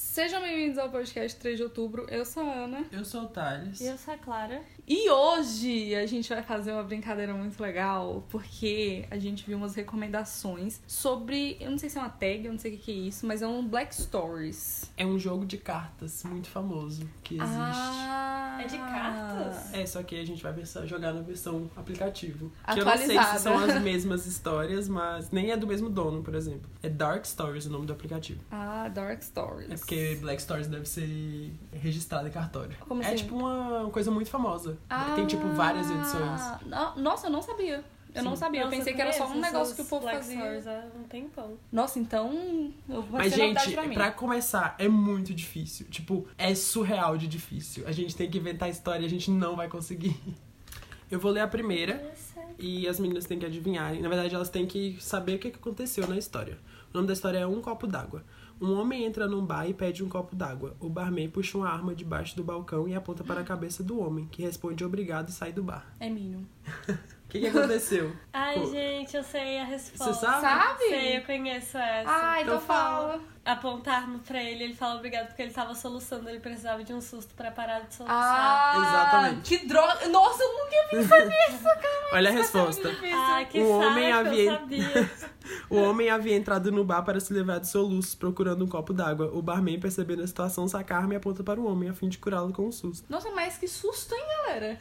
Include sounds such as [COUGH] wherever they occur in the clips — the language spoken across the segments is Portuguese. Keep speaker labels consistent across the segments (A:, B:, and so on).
A: Sejam bem-vindos ao podcast 3 de outubro. Eu sou a Ana.
B: Eu sou o Thales.
C: E eu sou a Clara.
A: E hoje a gente vai fazer uma brincadeira muito legal, porque a gente viu umas recomendações sobre. Eu não sei se é uma tag, eu não sei o que que é isso, mas é um Black Stories.
B: É um jogo de cartas muito famoso que existe.
A: Ah,
C: É de cartas?
B: É, só que a gente vai versão- jogar na versão aplicativo. Que eu não sei
A: Atualizada.
B: se
A: [LAUGHS]
B: são as mesmas histórias, mas nem é do mesmo dono, por exemplo. É Dark Stories o nome do aplicativo.
A: Ah, Dark Stories.
B: É porque Black Stories deve ser registrado em cartório.
A: Como
B: é
A: assim?
B: tipo uma coisa muito famosa.
A: Ah,
B: Tem tipo várias edições.
A: no- Nossa, eu não sabia. Eu não
B: Sim.
A: sabia. eu
C: Nossa,
A: pensei que era só
C: conheço
A: um negócio
C: essas
A: que o povo
C: Black
A: fazia.
C: Stories há um tempão.
A: Nossa, então. eu- Vai
B: Mas,
A: ser novidade
B: gente,
A: pra mim.
B: começar, é muito difícil. Tipo, é surreal de difícil. A gente tem que inventar história e a gente não vai conseguir. [LAUGHS] Eu vou ler a primeira e as meninas têm que adivinharem. Na verdade, elas têm que saber o que que aconteceu na história. O nome da história é Um Copo d'Água. Um homem entra num bar e pede um copo d'água. O barman puxa uma arma debaixo do balcão e aponta para a cabeça do homem, que responde obrigado e sai do bar.
A: É mínimo.
B: O que, que aconteceu?
C: Ai,
B: Pô.
C: gente, eu sei a resposta.
B: Você sabe?
A: Sabe?
C: Sei, eu conheço essa.
A: Ah, então
B: Então fala.
A: fala.
C: Apontar arma pra ele, ele fala obrigado porque ele tava soluçando, ele precisava de um susto pra parar de soluçar.
A: Ah,
B: Exatamente.
A: Que droga. Nossa, eu nunca ia pensar nisso, cara.
B: [LAUGHS] Olha a
A: Isso vai ser
B: resposta.
A: é muito difícil.
C: Ah, que
B: Um
C: saco,
B: homem havia-
C: eu sabia.
B: O homem havia entrado no bar para se livrar de soluços, procurando um copo d'água. O barman, percebendo a situação, saca a arma e aponta para o homem, a fim de curá-lo com um susto.
A: Nossa, mas que susto, hein,
C: [LAUGHS]
A: galera?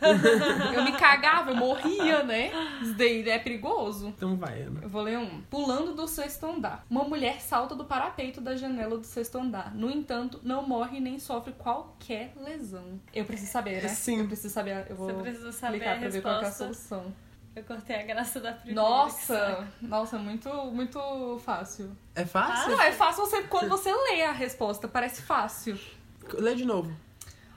A: eu me cagava, eu morria, né? Isso daí é perigoso.
B: Então vai, Ana.
A: Eu vou ler um. Pulando do sexto andar. Uma mulher salta do parapeito da janela do sexto andar. No entanto, não morre nem sofre qualquer lesão. Eu preciso saber, né?
B: Sim.
A: Eu preciso saber. Eu vou
C: Você precisou saber a
A: clicar pra ver qual que é a
C: resposta.
A: solução.
C: Eu cortei a graça da primeira. que saco.
A: Nossa, nossa, muito, muito fácil.
B: É fácil?
A: Não, é fácil você quando você lê a resposta, parece fácil.
B: Lê de novo.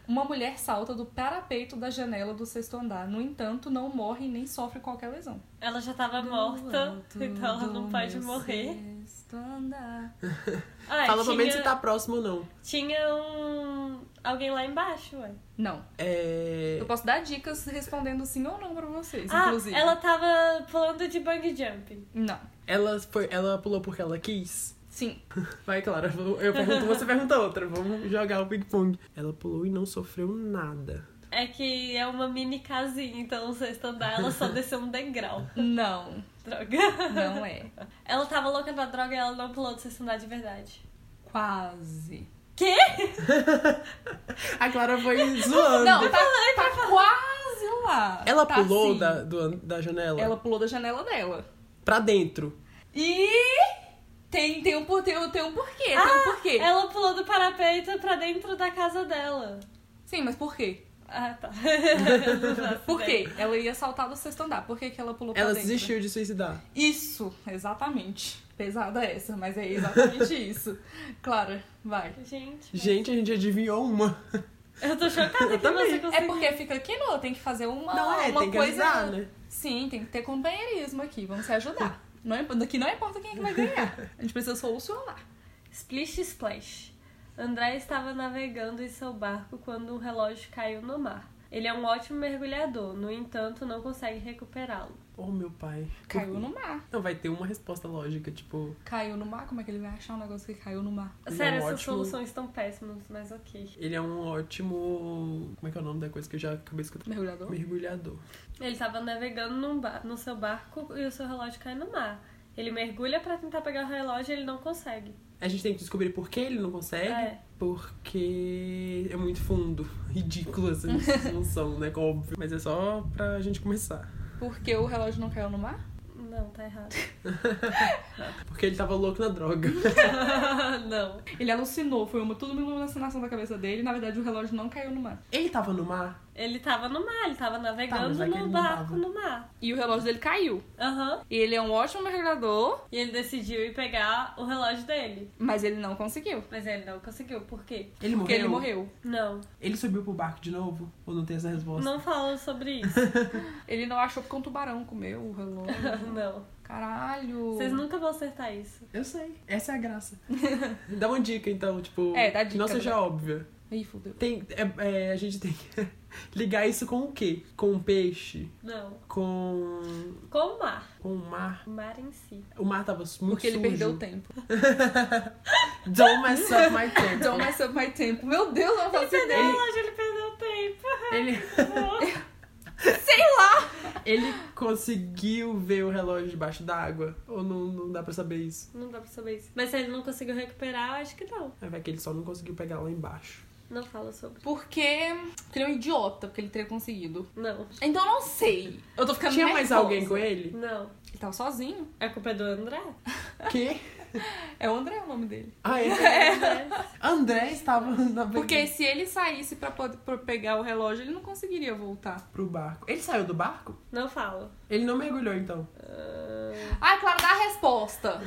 A: Uma mulher salta do parapeito da janela do sexto andar. No entanto, não morre nem sofre qualquer lesão.
C: Ela já tava Tá morta, então ela não pode morrer. Ai,
B: Fala pra mim se
C: Ah, tinha-
B: tá próximo ou não.
C: Tinha um. alguém lá embaixo, ué.
A: Não.
B: É...
A: Eu posso dar dicas respondendo sim ou não pra vocês,
C: Ah,
A: inclusive.
C: ela tava pulando de bungee jump.
A: Não.
B: Ela, foi... ela pulou porque ela quis?
A: Sim.
B: Vai, Clara. Eu eu pergunto, você pergunta outra. Vamos jogar o ping-pong. Ela pulou e não sofreu nada.
C: É que é uma mini casinha, então no sexto andar
A: [LAUGHS]
C: ela só desceu um degrau.
A: Não.
C: Droga.
A: Não é.
C: Ela tava louca pra droga e ela não pulou do sexto andar de verdade.
A: Quase.
C: Quê?
B: A Clara foi
A: [LAUGHS]
B: zoando.
A: Não, tá, tá quase lá.
B: Ela
A: Tá
B: pulou
A: sim.
B: da, do- da janela
A: Ela pulou da janela dela.
B: pra dentro.
A: E tem, tem, um, por- tem, um- tem um porquê. Tem
B: Ah,
A: um porquê.
C: Ah, Ela pulou do parapeito pra dentro da casa dela.
A: Sim, mas por quê?
C: Ah,
A: [LAUGHS]
C: tá. [LAUGHS]
A: Por quê? Ela ia saltar do sexto andar. Por que, que ela pulou pra
B: Ela
A: dentro?
B: desistiu de suicidar.
A: Isso, exatamente. Pesada essa, mas é
B: [LAUGHS]
A: exatamente isso. Clara, vai.
C: Gente,
B: Gente, a gente adivinhou uma.
C: eu tô chocada
B: Eu
C: que
B: também.
C: você conseguiu.
A: É porque fica aqui, não, tem que fazer uma,
B: Não é,
A: uma
B: tem que
A: coisa.
B: avisar, né?
A: Sim, tem que ter companheirismo aqui, vamos se
B: [LAUGHS]
A: ajudar. Não imp- Daqui não importa quem é que vai ganhar. A gente precisa solucionar.
B: [LAUGHS]
C: Splish Splash. André estava navegando em seu barco quando um relógio caiu no mar. Ele é um ótimo mergulhador, no entanto, não consegue recuperá-lo.
B: Oh, meu pai.
A: Caiu no mar.
B: Não, vai ter uma resposta lógica, tipo...
A: Caiu no mar? Como é que ele vai achar um negócio que caiu no mar?
B: Ele é
C: Sério,
B: um
C: essas
B: ótimo-
C: soluções estão péssimas, mas ok.
B: Ele é um ótimo... Como é que é o nome da coisa que eu já acabei escutando?
A: Mergulhador?
B: Mergulhador.
C: Ele estava navegando num ba- no seu barco e o seu relógio cai no mar. Ele mergulha pra tentar pegar o relógio e ele não consegue.
B: A gente tem que descobrir por que ele não consegue.
C: É.
B: Porque é muito fundo. [LAUGHS] Ridículo assim,
A: [LAUGHS]
B: essa solução, né? Óbvio. Mas é só pra gente começar.
A: Porque o relógio não caiu no mar?
C: Não,
B: [LAUGHS]
C: tá errado.
B: Porque ele tava louco
A: [LAUGHS]
B: na droga.
C: não.
A: Ele alucinou, foi uma, tudo uma alucinação da cabeça dele. Na verdade, o relógio não caiu no mar.
B: Ele tava no mar?
C: Ele tava no mar, ele tava navegando
B: aquele
C: no
B: é não
C: barco
B: tava.
C: no mar.
A: E o relógio dele caiu.
C: Aham.
A: E ele é um ótimo mergulhador,
C: E ele decidiu ir pegar o relógio dele.
A: mas ele não conseguiu.
C: Mas ele não conseguiu, por quê?
A: Porque
B: Ele morreu?
A: ele morreu.
C: Não,
B: Ele subiu pro barco de novo? Ou não tem essa resposta?
C: não falam sobre isso.
A: [LAUGHS] Ele não achou porque um tubarão comeu o relógio.
C: não.
A: Caralho.
C: Vocês nunca vão acertar isso.
B: Eu sei. Essa é
A: [LAUGHS]
B: a graça. dá uma dica, então, tipo.
A: É, dá dica,
B: Que não seja
A: né?
B: óbvia.
A: Ih, fudeu.
B: Tem, é- é, a gente tem que [LAUGHS] ligar isso com o quê? Com o peixe?
C: Não.
B: Com.
C: Com o mar.
B: Com o mar?
C: O mar em si.
B: O mar tava muito
A: Porque ele
B: sujo.
A: perdeu o tempo.
B: Don't mess up
A: [LAUGHS]
B: my tempo.
A: Don't mess up my tempo. Meu Deus, eu não faço
C: Entendeu,
A: ideia.
C: Lorde? Ele perdeu o tempo.
B: Ele,
A: [LAUGHS] Sei lá.
B: ele conseguiu ver o relógio debaixo d'água? Ou não, não dá pra saber isso?
C: Não dá pra saber isso. Mas se ele não conseguiu recuperar, eu acho que não.
B: Aí vai que ele só não conseguiu pegar lá embaixo.
C: Não fala sobre.
A: Porque... porque ele é um idiota, porque ele teria conseguido.
C: Não.
A: Então eu não sei. Eu tô ficando
B: Tinha mais
A: nervosa.
B: alguém com ele?
C: Não.
A: Ele tava sozinho.
C: A culpa é
A: [LAUGHS]
C: do André?
B: Quê?
A: É o André o nome dele.
B: Ah, é.
C: [LAUGHS] É.
B: André estava na
A: Porque se ele saísse pra, poder- pra pegar o relógio, ele não conseguiria voltar.
B: pro barco. Ele saiu do barco?
C: Não fala.
B: Ele não mergulhou, então.
C: Ah,
A: Ai, claro, dá a resposta.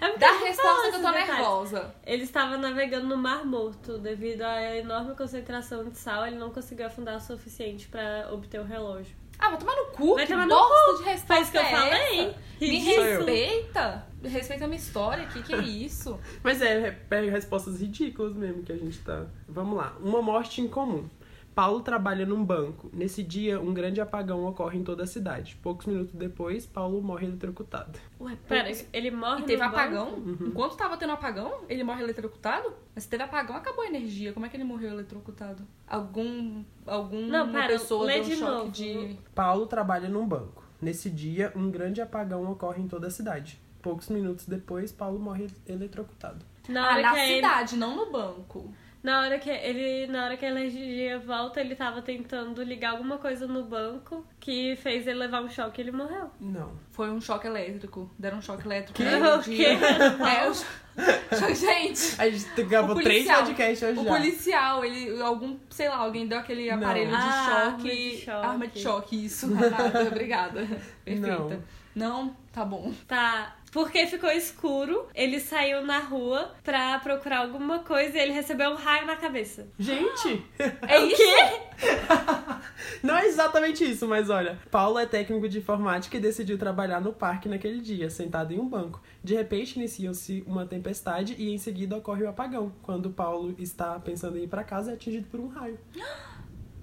C: É porque
A: Dá
C: ele
A: a
C: não
A: resposta
C: falou
A: que eu
C: esses
A: tô
C: detalhes.
A: nervosa.
C: Ele estava navegando no Mar Morto. Devido à enorme concentração de sal, ele não conseguiu afundar o suficiente pra obter o relógio.
A: Ah, vai tomar no cu.
C: Vai
A: que
C: tomar no
A: bosta de resposta
C: Faz o que eu
A: é
C: falei.
A: essa? Me
C: Ridículo.
A: respeita. Respeita a minha história.
C: [LAUGHS]
A: Que que é isso?
B: Mas é, pega respostas ridículas mesmo que a gente tá. Vamos lá. Uma morte em comum. Paulo trabalha num banco. Nesse dia, um grande apagão ocorre em toda a cidade. Poucos minutos depois, Paulo morre eletrocutado.
A: Ué,
C: Pera,
A: pô,
C: ele morre
A: E teve
C: no um banco? Uhum.
A: apagão? Enquanto tava tendo apagão, ele morre eletrocutado? Mas se teve apagão, acabou a energia. Como é que ele morreu eletrocutado? Algum. Alguma
C: Não, pera,
A: pessoa
C: lê
A: deu um
C: de
A: choque
C: novo.
A: de.
B: Paulo trabalha num banco. Nesse dia, um grande apagão ocorre em toda a cidade. Poucos minutos depois, Paulo morre eletrocutado.
C: Na
A: Ah,
C: hora
A: na
C: que ele
A: cidade, não no banco.
C: Na hora que ele, na hora que a energia volta, ele tava tentando ligar alguma coisa no banco que fez ele levar um choque e ele morreu.
B: Não.
A: Foi um choque elétrico. Deram um choque elétrico.
B: Que?
A: nele
C: [LAUGHS] O
A: de-
C: quê?
A: É, o cho- [LAUGHS] Gente!
B: A gente gravou
A: O
B: três
A: policial.
B: podcasts hoje
A: O
B: já.
A: policial, ele, algum, sei lá, alguém deu aquele
B: Não.
A: aparelho de
C: Ah,
A: choque,
C: arma de choque.
A: arma de choque, isso. [LAUGHS] Caralho, Obrigada. Perfeita. Não. tá bom.
C: Tá. Porque ficou escuro, ele saiu na rua pra procurar alguma coisa e ele recebeu um raio na cabeça.
B: Gente! [LAUGHS]
A: É isso?
B: Não é exatamente isso, mas olha. Paulo é técnico de informática e decidiu trabalhar no parque naquele dia, sentado em um banco. De repente, inicia-se uma tempestade e em seguida ocorre o apagão, quando Paulo está pensando em ir pra casa é atingido por um raio.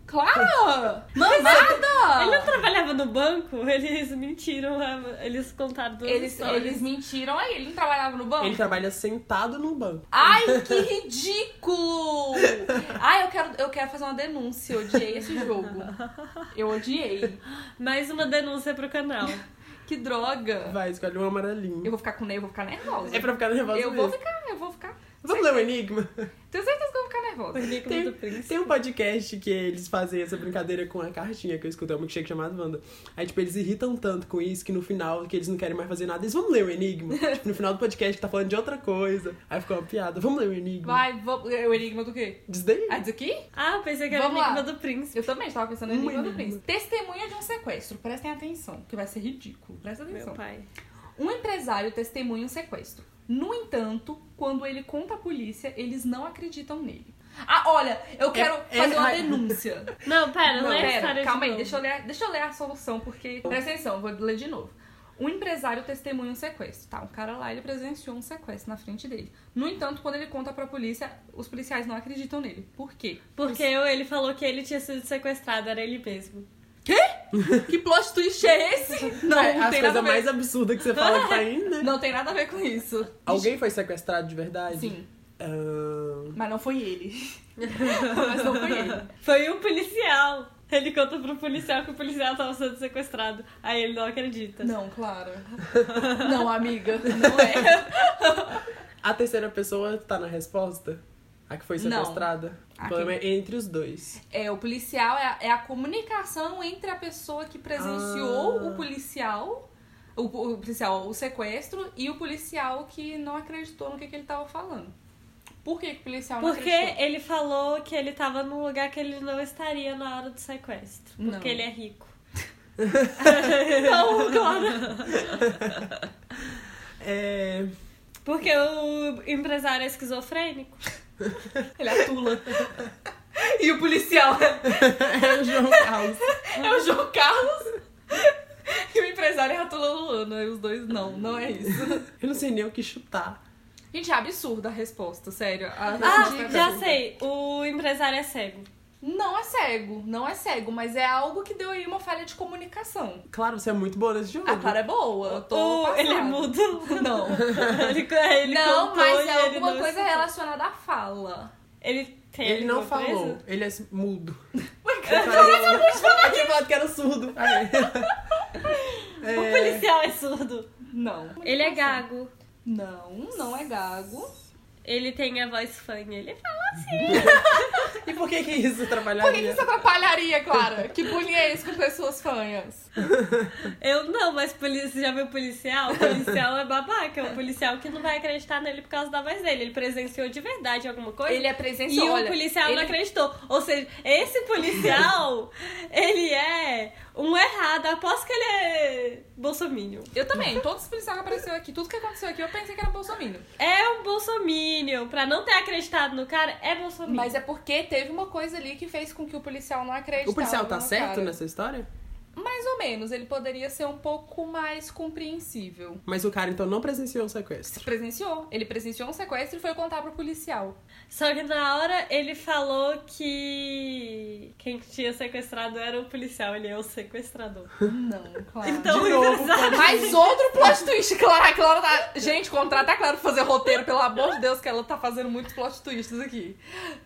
A: Clara!
C: é. Ele não
A: Mamada!
C: trabalhava no banco, eles mentiram, a- eles contaram duas
A: Eles,
C: histórias.
A: eles mentiram aí, ele não trabalhava no banco?
B: Ele trabalha sentado num banco.
A: Ai, que ridículo! Ai, eu quero, eu quero fazer uma denúncia. Eu odiei esse jogo. Eu odiei.
C: Mais uma denúncia pro canal.
A: Que droga.
B: Vai, escolhe um amarelinho.
A: Eu vou ficar com ne- eu vou ficar nervosa.
B: É pra ficar nervoso
A: eu vou
B: mesmo.
A: ficar, eu vou ficar.
B: Vamos ler o enigma?
A: Tenho certeza que eu vou ficar nervosa.
C: Currículo do
B: Tem,
C: príncipe.
B: tem um podcast que eles fazem essa brincadeira com a cartinha que eu escutei, um milkshake chamado Wanda. Aí, tipo, eles irritam tanto com isso que no final, que eles não querem mais fazer nada, eles vão ler
A: [LAUGHS]
B: o enigma. tipo, no final do podcast tá falando de outra coisa. Aí ficou uma piada, vamos ler o enigma.
A: Vai, vamos. O enigma do quê?
B: Diz daí.
A: Ah, diz aqui?
C: Ah, eu pensei que era o
A: Vamos lá.
C: enigma do príncipe.
A: Eu também estava pensando no
B: Um
A: enigma do
B: enigma.
A: príncipe. Testemunha de um sequestro. Prestem atenção, que vai ser ridículo. Prestem atenção.
C: Meu pai.
A: Um empresário testemunha um sequestro. No entanto, quando ele conta à polícia, eles não acreditam nele. Ah, olha, eu quero
B: é
A: fazer uma
B: ra-
A: denúncia.
C: Não, pera,
A: Não,
C: lê é a
A: pera,
C: história de
A: calma aí,
C: novo.
A: deixa eu, ler, deixa eu ler a solução, porque. Presta atenção, vou ler de novo. Um empresário testemunha um sequestro. Tá, um cara lá, ele presenciou um sequestro na frente dele. No entanto, quando ele conta pra polícia, os policiais não acreditam nele. Por quê?
C: Porque ele falou que ele tinha sido sequestrado, era ele mesmo.
A: Que plot twist é esse? Não,
B: É,
A: não
B: as
A: tem nada a
B: coisas
A: ver.
B: mais absurdas que você fala que tá
A: [LAUGHS]
B: ainda.
A: Não tem nada a ver com isso.
B: Alguém foi sequestrado de verdade?
A: Sim,
B: Ah,
A: mas não foi ele. mas não foi ele.
C: Foi um policial. Ele conta pro policial que o policial tava sendo sequestrado. Aí ele não acredita.
A: Não, claro. Não, amiga, não é.
B: a terceira pessoa tá na resposta? A que foi
A: Não.
B: sequestrada?
A: A
B: O problema é entre os dois.
A: É, o policial é a, é a comunicação entre a pessoa que presenciou
B: Ah.
A: o policial, o, o policial, o sequestro, e o policial que não acreditou no que, que ele tava falando. Por que, que o policial não
C: Porque
A: acreditou?
C: ele falou que ele tava num lugar que ele não estaria na hora do sequestro. Porque
A: Não.
C: ele
A: [LAUGHS]
C: é rico. não, claro.
B: [LAUGHS] É...
C: Porque o empresário é esquizofrênico.
A: Ele atula. [LAUGHS] e o policial é
B: é o João Carlos.
A: o João Carlos. [LAUGHS] E o empresário ratula Luana. E os dois, não, não é isso.
B: Eu não sei nem o que chutar.
A: Gente, é absurda a resposta, sério. A
C: Ah,
A: resposta é
C: já
A: absurda.
C: sei. O empresário é cego.
A: Não é cego, não é cego, mas é algo que deu aí uma falha de comunicação.
B: Claro, você é muito boa nesse jogo.
A: A Clara é boa, eu tô
C: Ou
A: passada.
C: ele é
A: [LAUGHS]
C: mudo.
A: Oh, Não.
C: ele, ele
A: não,
C: contou
A: mas
C: e
A: é
C: ele
A: alguma
C: não
A: coisa
C: escutou.
A: relacionada à fala.
C: Ele tem
B: Ele não
C: alguma coisa?
B: falou, ele é
A: [LAUGHS]
B: mudo.
A: Ué,
B: Eu tinha falado que era surdo.
A: [LAUGHS]
B: Aí.
C: O policial é surdo.
A: Não.
C: Ele é gago.
A: Não, não é gago.
C: Ele tem a voz fanha. Ele fala assim.
B: E por que que isso
A: Por que, que
B: trabalharia?
A: isso atrapalharia, Clara? Que bullying é esse com pessoas fanhas?
C: Eu não, mas polici- você já viu policial? O policial é babaca. É um policial que não vai acreditar nele por causa da voz dele. Ele presenciou de verdade alguma coisa.
A: Ele é
C: E
A: presencial.
C: o
A: olha,
C: policial
A: ele...
C: não acreditou. Ou seja, esse policial, [LAUGHS] ele é um errado. Aposto que ele é bolsominion.
A: Eu também, todos os policiais que apareceram aqui, tudo que aconteceu aqui, eu pensei que era Bolsonaro.
C: É um bolsominion. Pra não ter acreditado no cara, é bolsominion.
A: Mas é porque teve uma coisa ali que fez com que o policial né? não acreditasse.
B: O policial tá
A: no
B: certo
A: cara.
B: nessa história?
A: Mais ou menos, ele poderia ser um pouco mais compreensível.
B: Mas o cara então não presenciou o sequestro.
A: Presenciou. Ele presenciou um sequestro e foi contar pro policial.
C: Só que na hora ele falou que quem tinha sequestrado era o policial. Ele é o sequestrador.
A: Não, claro.
C: Então,
A: [LAUGHS]
B: de novo,
C: engraçado.
A: Mais outro plot twist, Clara. A Clara tá... Gente, contrata a Clara pra fazer roteiro, pelo amor de Deus, que ela tá fazendo muitos plot twists aqui.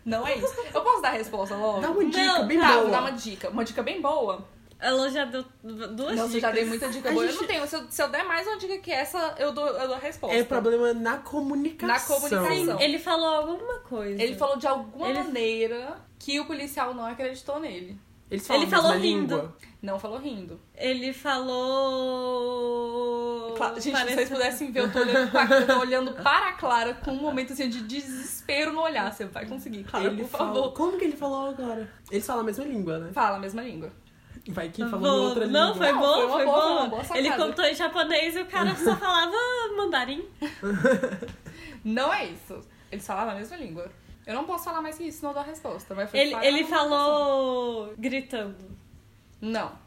A: Não é isso. Eu posso dar a resposta logo?
B: Dá uma dica
C: Não,
B: bem
A: tá, vou
B: boa.
A: dar uma dica. Uma dica bem boa.
C: Ela já deu duas
A: Nossa, eu já
C: dicas.
A: dei muita dica
B: A
A: boa. Eu
B: gente-
A: não tenho. Se eu, se eu der mais uma dica que essa, eu dou, eu dou a resposta.
B: É problema na comunicação.
A: Na comunicação.
C: Ele falou alguma coisa.
A: Ele falou de alguma
C: Ele-
A: maneira que o policial não acreditou nele.
B: Eles falam
C: Ele
B: a mesma
C: falou rindo.
B: língua.
A: Não falou rindo.
C: Ele falou.
A: Cla- Gente, se
C: Parece-
A: vocês pudessem ver, eu tô olhando, pra, eu tô olhando para a Clara com um momento assim, de desespero no olhar. Você vai conseguir, Clara,
B: ele
A: por
B: falou-
A: favor.
B: Como que ele falou agora? Eles falam a mesma língua, né?
A: Fala a mesma língua.
B: Vai que falou
C: Vou-
B: outra
C: não,
B: língua.
C: foi
A: Não,
C: bom,
A: foi uma
C: foi
A: boa,
C: bom.
A: foi uma boa sacada.
C: ele contou em japonês e o cara só falava "Ah, mandarim.
A: Não é isso. Eles falavam a mesma língua. Eu não posso falar mais que isso, senão eu dou a resposta. Vai foi
C: Ele,
A: falha
C: ele
A: na
C: falou gritando.
A: comunicação. Não,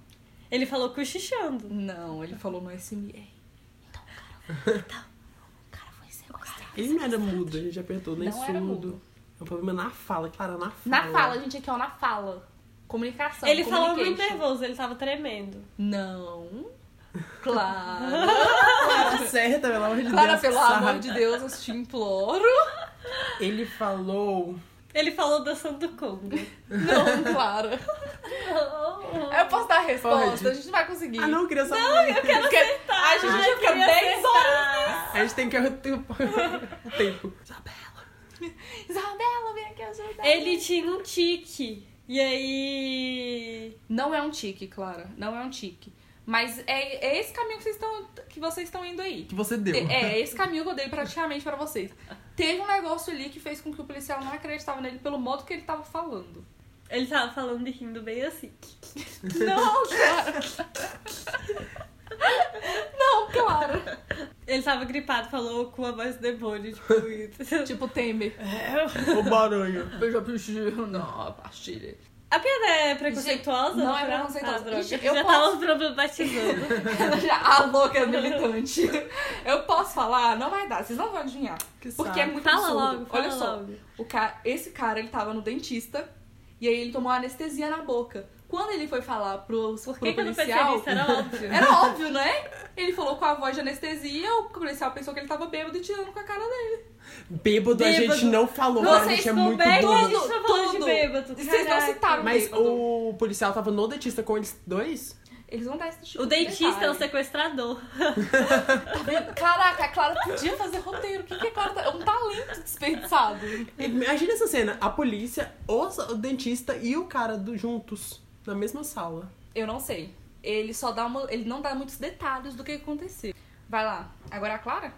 C: Ele falou cochichando.
A: não, ele falou no SMA. Então o Então, cara foi, então, o cara foi sequestrado.
B: Ele não era mudo, a gente apertou, nem
A: Não
B: surdo.
A: era mudo.
B: É um problema na fala, Clara, na fala.
A: Na fala, gente, aqui ó, na fala. Comunicação.
C: ele falou muito
A: communication.
C: nervoso, ele tava tremendo.
A: [LAUGHS] Não. Claro.
B: Clara, Tá certa, pelo amor de
A: Clara,
B: Deus.
A: pelo
B: que saco.
A: amor de Deus, eu te imploro.
B: Ele falou...
C: Ele falou dançando do
A: [LAUGHS]
C: Congo.
A: Não, Clara. Eu posso dar a resposta?
B: Pode.
A: A gente não vai conseguir.
B: Ah, não, Ah, eu queria saber. Não, eu
A: Porque a gente já fica 10 horas.
B: A gente tem que... Tempo. Tempo.
A: Isabela, vem aqui ajudar.
C: Ele tinha um tique. E aí.
A: Não é um tique, Clara. Não é um tique. Mas é, é esse caminho que vocês estão que vocês estão indo aí.
B: Que você deu.
A: Te- É, é esse caminho que eu dei praticamente pra vocês. Teve um negócio ali que fez com que o policial não acreditava nele pelo modo que ele tava falando.
C: Ele tava falando e rindo bem assim.
A: Não, Clara. Não, Clara.
C: Ele tava gripado, falou com a voz do demônio,
A: [LAUGHS]
C: tipo, isso.
A: Tipo Temer. é.
B: O barulho.
A: Eu já pedi. Não, a pastilha.
C: A piada é preconceituosa?
A: Gente, não é
C: pra-
A: preconceituosa.
C: Ah, droga.
A: Ixi, eu
C: já
A: posso-
C: tava problematizando.
A: Ela já- A
C: [LAUGHS]
A: louca é militante. Eu posso falar? Não vai dar, vocês não vão adivinhar.
B: Que
A: Porque
B: saco.
A: é [LAUGHS] muito
C: fala
A: absurdo.
C: logo, fala
A: Olha só.
C: logo.
A: O ca... Esse cara, ele tava no dentista e aí ele tomou anestesia na boca. Quando ele foi falar pro,
C: Por
A: pro
C: que, que eu não pensei
A: policial,
C: nisso? Era óbvio.
A: era óbvio, né? Ele falou com a voz de anestesia, o policial pensou que ele tava bêbado e tirando com a cara dele.
B: Bêbado, a
C: Bêbado.
B: gente não falou,
C: Vocês
B: a gente é
C: souberam
B: muito
C: que
B: doido.
C: a gente tá falando de
A: tudo.
C: bêbado,
A: Vocês não
C: caraca.
A: citaram
B: Mas
A: tá bêbado.
B: o policial tava no dentista com eles dois?
A: Eles vão dar esse tipo
C: O
A: de
C: dentista é o
A: detalhe.
C: sequestrador.
A: Tá vendo? Caraca, a Clara podia fazer roteiro. O que, que a Clara tá... É um talento desperdiçado.
B: Imagina essa cena, a polícia, o, o dentista e o cara do, juntos, na mesma sala.
A: Eu não sei. Ele só dá uma... Ele não dá muitos detalhes do que aconteceu. Vai lá. Agora é a Clara?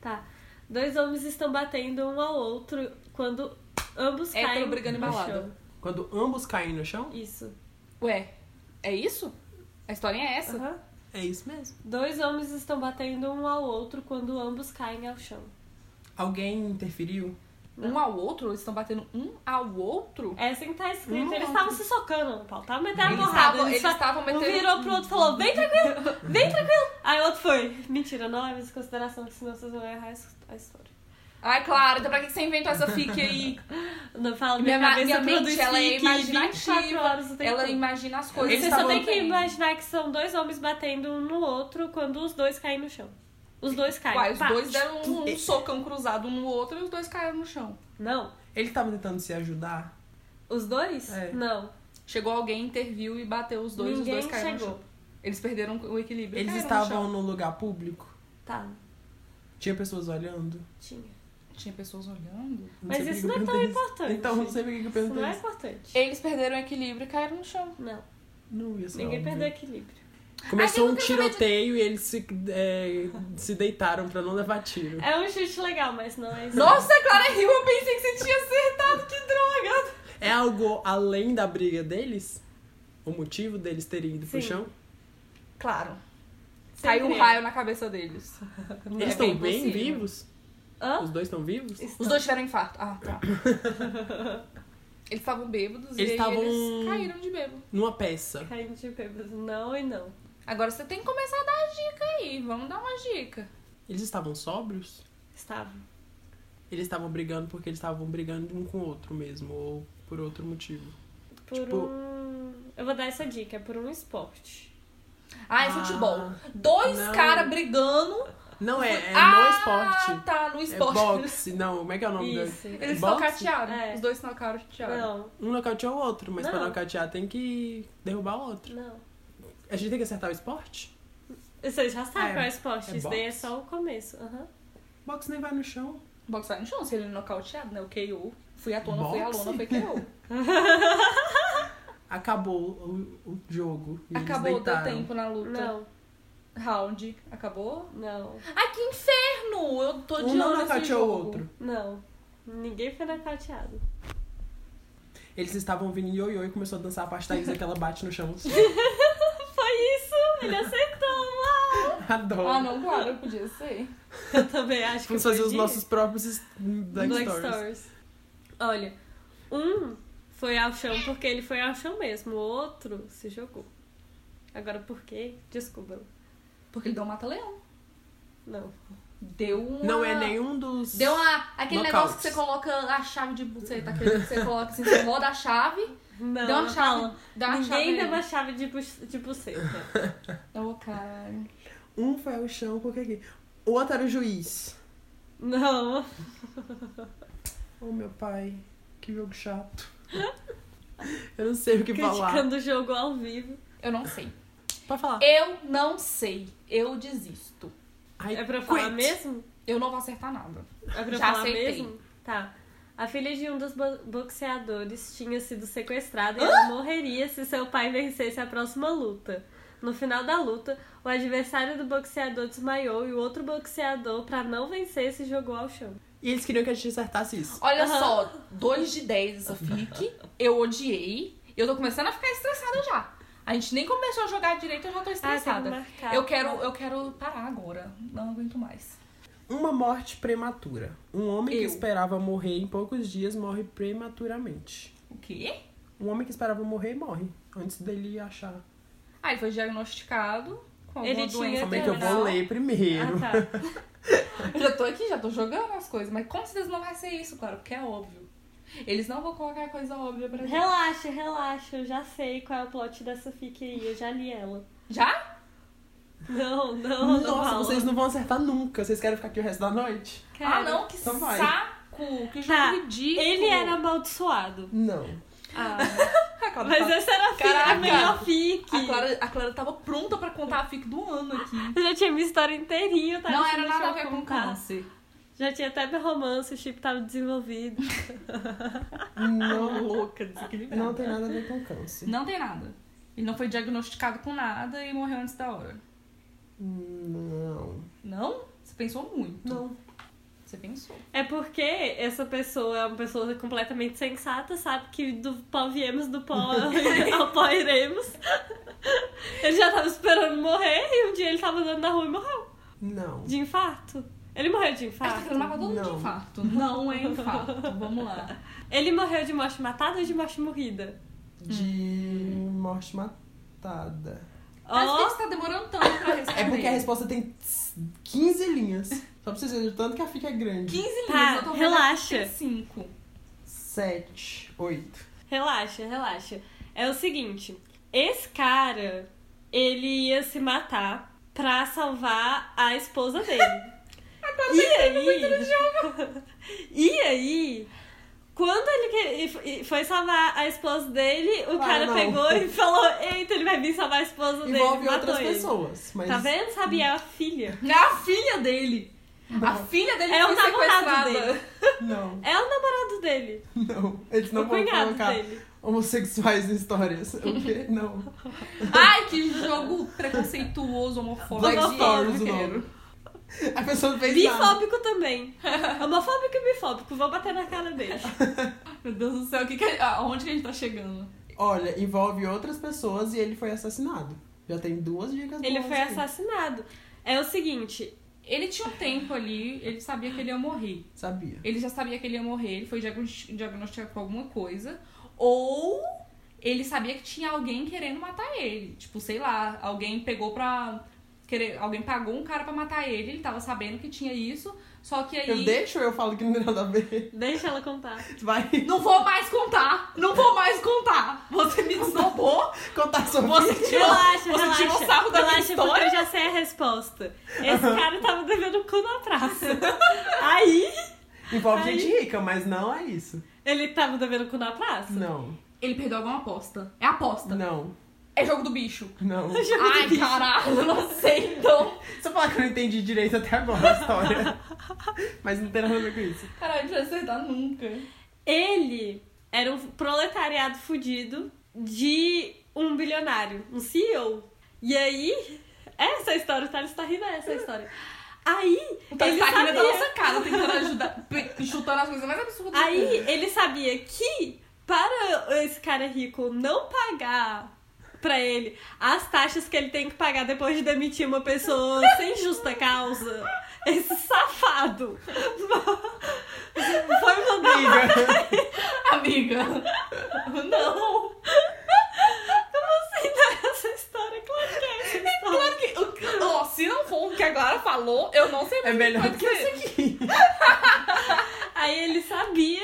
C: Tá. Dois homens estão batendo um ao outro quando ambos
A: Hétero
C: caem.
A: É, brigando em
C: no
A: balada.
C: chão.
B: Quando ambos caem no chão,
C: Isso.
A: Ué, é isso? A historinha é essa?
C: Aham.
B: é isso mesmo.
C: Dois homens estão batendo um ao outro quando ambos caem ao chão.
B: Alguém interferiu?
A: Um ao outro? Eles estão batendo um ao outro?
C: É assim que tá escrito.
B: Hum,
C: eles estavam se socando, Paulo. Tava metendo a
A: Eles
C: porrada.
A: estavam- eles
C: só-
A: estavam
C: um
A: metendo-
C: virou pro outro e falou, vem tranquilo, vem tranquilo. Aí o outro foi. Mentira, não leva isso em consideração, porque senão vocês vão errar a história.
A: Ai, claro, então pra que você inventou essa fic aí?
C: Não fala,
A: Minha,
C: minha,
A: ma-
C: cabeça
A: minha mente,
C: produz
A: ela é
C: fique 24
A: imaginativa.
C: horas o tempo
A: Ela
C: todo.
A: imagina as coisas.
B: Eles
C: Você só
A: estavam-
C: tem que imaginar que são dois homens batendo um no outro quando os dois caem no chão. Os dois caem.
A: Uai, os
C: Pá.
A: dois deram um, um socão cruzado um no outro e os dois caíram no chão.
C: Não.
B: Ele tava tentando se ajudar?
C: Os dois?
B: É.
C: Não.
A: Chegou alguém, interviu e bateu os dois e
C: Ninguém
A: os dois caíram no
C: chegou.
A: chão. Eles perderam o equilíbrio. e caíram
B: Eles
A: No
B: estavam
A: chão.
B: num lugar público?
C: Tá,
B: Tinha pessoas olhando?
C: tinha.
A: Tinha pessoas olhando.
B: Não
C: Mas
B: sei por
C: isso
B: que
C: não
B: eu
C: é tão
B: perguntei isso.
C: importante.
B: Então, não sei por que que eu
C: Isso
B: perguntei
C: não é
B: isso.
C: importante.
A: Eles perderam o equilíbrio e caíram no chão.
C: Não.
B: Não, ia ser
C: Ninguém
B: óbvio.
C: perdeu Ah, equilíbrio.
B: Começou
A: Ai,
B: um
A: eu quero saber de-
B: tiroteio e eles se, é, se deitaram pra não levar tiro.
C: É um chute legal, mas não é isso.
A: Nossa, Clara Hill, eu pensei que você tinha acertado, que droga!
B: É algo além da briga deles? O motivo deles terem ido pro
C: Sim.
B: chão?
A: Claro.
C: Sem
A: Caiu um
C: querer.
A: raio na cabeça deles.
B: Eles
A: É
B: estão
A: bem
B: bem,
A: possível.
B: vivos? Os
C: Hã?
B: dois estão vivos?
A: Os dois tiveram infarto. Ah, tá. [LAUGHS] Eles estavam bêbados e aí
B: Eles estavam-
A: eles caíram de bêbado.
B: Numa peça.
C: Caindo de bêbado. Não e não.
A: Agora você tem que começar a dar a dica aí. Vamos dar uma dica.
B: Eles estavam sóbrios?
C: Estava.
B: Eles estavam brigando porque eles estavam brigando um com o outro mesmo, ou por outro motivo.
C: Por
B: Tipo-
C: um... Eu vou dar essa dica. É por um esporte.
A: Ah, é
B: Ah,
A: futebol. Dois
B: não.
A: caras brigando.
B: Não, é, é no
A: ah,
B: esporte.
A: tá, no
B: É
A: esporte.
B: boxe. Não, como é que é o nome dele?
C: Isso.
A: Eles
B: Boxe?
A: nocautearam.
C: É.
A: Os dois nocautearam.
C: Não.
B: Um nocauteou o outro, mas pra
C: Não.
B: nocautear tem que derrubar o outro.
C: Não.
B: A gente tem que acertar o esporte?
C: Vocês já sabem
B: É,
C: qual é o esporte.
B: é
C: Isso daí é
B: boxe.
C: só o começo. Aham.
B: Boxe nem vai no chão.
A: Boxe vai no chão, se ele é nocauteado, né? O KO. Fui à tona, fui à
B: Boxe? [LAUGHS]
A: lona, foi KO.
B: Acabou o, o jogo. E eles
A: Acabou, deu
B: deitaram.
A: tempo na luta.
C: Não.
A: Round. Acabou.
C: Não.
A: Ai, que inferno! Eu tô
B: Um
A: de
B: não
A: olho nesse
B: nocauteou
A: jogo.
B: o outro.
C: Não. Ninguém foi nocauteado.
B: Eles estavam vindo ioiô e começou a dançar a parte da Isa que ela bate
A: [LAUGHS]
B: no chão.
C: [LAUGHS] Foi isso! Ele acertou! Uau!
B: Adoro.
A: Ah, não, claro, eu podia ser.
C: Eu também acho que
B: Vamos fazer
C: foi
B: os
C: de-
B: nossos próprios Black,
C: Black
B: Stories.
C: Stories. Olha, um foi ao chão porque ele foi ao chão mesmo, o outro se jogou. Agora por quê? Descubram.
A: Porque ele deu um mata-leão.
C: Não.
A: Deu uma...
B: Não é nenhum dos.
A: Deu uma... Aquele
B: Nocaute.
A: negócio que você coloca a chave de buceta. Aquele que você coloca assim, você roda a chave.
C: [LAUGHS] Não,
A: dá uma
C: não
A: chave.
C: fala.
A: Dá uma chave.
C: Ninguém dava chave de, pus- de buceta.
A: Ô, cara.
B: Um foi ao chão, porque aqui. O outro era o juiz.
C: não.
B: Ô Oh, meu pai, que jogo
A: [LAUGHS]
B: chato. Eu não sei o que falar.
C: Criticando o jogo ao vivo.
A: Eu não sei.
B: Pode falar.
A: Eu não sei. Eu desisto.
B: I
C: É pra eu
B: quit.
C: falar mesmo?
A: Eu não vou acertar nada.
C: É pra eu
A: Já
C: falar
A: acertei.
C: mesmo? Tá. A filha de um dos bo- boxeadores tinha sido sequestrada e ela morreria se seu pai vencesse a próxima luta. No final da luta, o adversário do boxeador desmaiou e o outro boxeador, pra não vencer, se jogou ao chão.
B: E eles queriam que a gente acertasse isso.
A: Olha
C: Aham.
A: só, 2 de 10 essa fic. Eu odiei. Eu tô começando a ficar estressada já. A gente nem começou a jogar direito, eu
C: Ah,
A: já tô estressada.
C: marcar.
A: eu quero, eu quero parar agora. Não aguento mais.
B: Uma morte prematura. Um homem que
A: Eu.
B: esperava morrer em poucos dias morre prematuramente.
A: O quê?
B: Um homem que esperava morrer morre. Antes dele achar.
A: Ah, ele foi diagnosticado com alguma
C: Ele tinha
A: doença.
B: Como é que eu vou
A: terminal.
B: ler primeiro?
C: Ah, tá.
A: Já tô aqui, já tô jogando as coisas. Mas com certeza não vai ser isso, claro, porque é óbvio. Eles não vão colocar coisa óbvia pra gente.
C: Relaxa, relaxa. Eu já sei qual é o plot dessa fic aí. Eu já li ela.
A: Já?
C: Não,
A: tá.
C: não, não.
B: Nossa,
C: fala.
B: vocês não vão acertar nunca. Vocês querem ficar aqui o resto da noite?
C: Quero.
A: Ah, não, que
B: Então vai.
A: saco! Que jogo
C: Tá.
A: ridículo!
C: Ele era
A: [LAUGHS]
C: amaldiçoado.
B: Não.
C: Ah, [LAUGHS]
A: A Clara
C: mas
A: tá-
C: essa era a, fic, a
A: Caraca.
C: melhor fic.
A: a, Clara, a Clara tava pronta pra contar a fic do ano aqui.
C: Eu já tinha minha história inteirinha, eu tava
A: Não
C: sem
A: era
C: deixar
A: nada a
C: eu
A: ver com
C: contar.
A: câncer.
C: Já tinha até meu romance, o chip tava desenvolvido.
B: Não.
A: Louca, desequilibrada.
B: Não tem nada a ver com câncer.
A: Não tem nada. Ele não foi diagnosticado com nada e morreu antes da hora.
B: Não.
A: Não? Você pensou muito.
B: Não.
A: Você pensou.
C: É porque essa pessoa é uma pessoa completamente sensata, sabe? Que do pó
A: [LAUGHS]
C: viemos, do pó ao pó iremos. Ele já tava esperando morrer e um dia ele tava andando na rua e morreu.
B: Não.
C: De infarto. Ele morreu de
A: A gente tá querendo
C: infarto?
A: matar todo mundo de
B: Não.
A: infarto. Não
C: [LAUGHS]
A: é infarto. Vamos lá.
C: Ele morreu de morte matada ou de morte morrida?
B: De morte matada.
A: Mas por que
C: Ó,
A: você tá demorando tanto pra responder?
B: É porque a resposta tem 15 linhas. Só pra vocês verem o tanto que a fica é grande.
A: 15 linhas,
C: Tá,
A: eu tô vendo
C: relaxa.
A: 5.
B: 7, 8.
C: relaxa, relaxa. É o seguinte, esse cara, ele ia se matar pra salvar a
B: [LAUGHS]
C: esposa dele. e aí, [LAUGHS] e aí, quando ele que- e f- e foi salvar a esposa dele, o
B: Ah,
C: cara
B: não.
C: pegou
B: [LAUGHS]
C: e falou, eita, ele vai vir salvar a esposa dele,
B: Envolve
C: matou
B: outras
C: ele.
B: pessoas. Mas
C: Tá vendo? Sabia, a filha.
A: É a filha dele. A filha dele
C: É o
A: foi
C: namorado
A: sequestrada.
C: dele.
B: [LAUGHS] Não,
C: É o namorado dele.
B: não. Eles
C: O
B: não vão
C: cunhado
B: colocar
C: dele.
B: homossexuais em histórias. O quê? Não.
A: [LAUGHS] Ai, que jogo preconceituoso, homofóbico.
B: Black
C: Homofóbico.
B: Stories o
A: Quero.
B: nome. A pessoa não fez nada.
C: Bifóbico também. [LAUGHS] Homofóbico e bifóbico. Vou bater na cara dele.
A: Meu Deus do céu, o que que é- aonde que a gente tá chegando?
B: Olha, envolve outras pessoas e ele foi assassinado. Já tem duas dicas
C: Ele
B: boas
C: foi
A: assim.
B: aqui.
C: assassinado. É o seguinte,
A: Ele tinha um tempo ali, ele sabia que ele ia morrer.
B: Sabia.
A: Ele já sabia que ele ia morrer, ele foi diagnos- diagnosticado com alguma coisa. Ou ele sabia que tinha alguém querendo matar ele. Tipo, sei lá, alguém pegou pra. Querer, alguém pagou um cara pra matar ele, ele tava sabendo que tinha isso, só que aí.
B: Eu deixo ou eu falo que não tem nada a ver? [LAUGHS]
C: deixa ela
A: [LAUGHS]
C: contar.
B: Vai
A: Não vou mais contar! Não vou mais contar! Você me desnobou!
B: contar sobre
A: Você
B: isso.
A: tirou,
C: relaxa,
A: você
C: relaxa.
A: tirou sarro da minha
C: relaxa, porque
A: história!
C: eu já sei a resposta. Esse cara tava devendo o cu na
A: [LAUGHS]
C: praça. Aí,
B: Envolve
C: Aí-
B: gente rica, mas não é isso.
C: ele tava devendo o cu na praça?
B: Não,
A: Ele perdeu alguma aposta. É aposta.
C: Tá.
B: não,
A: É jogo do bicho.
C: [LAUGHS]
B: não.
C: É Jogo do
A: Ai,
C: bicho.
A: caralho, eu não sei então.
B: Você fala que eu não entendi direito até agora a
C: [LAUGHS]
B: história. mas não tem nada a ver com isso.
A: Caralho, não vai acertar nunca.
C: Ele era um proletariado fudido de um bilionário, um CEO. E aí, essa é a história, o Thales tá rindo, essa é a história. Aí,
A: Então,
C: ele
A: ele tá aqui
C: sabia,
A: da nossa casa tentando ajudar, pe- chutando as coisas mais absurdas.
C: aí ele sabia que para esse cara rico não pagar pra ele as taxas que ele tem que pagar depois de demitir uma pessoa sem justa causa, esse safado foi mandar
B: Amiga,
A: Amiga. Não.
C: Como assim não é essa história? Claro que é essa história.
A: Claro que. o que- Ó, se não for o que a Clara falou, eu não sei
B: é melhor
A: pode
B: do que
A: ser.
B: isso aqui.
C: Aí ele sabia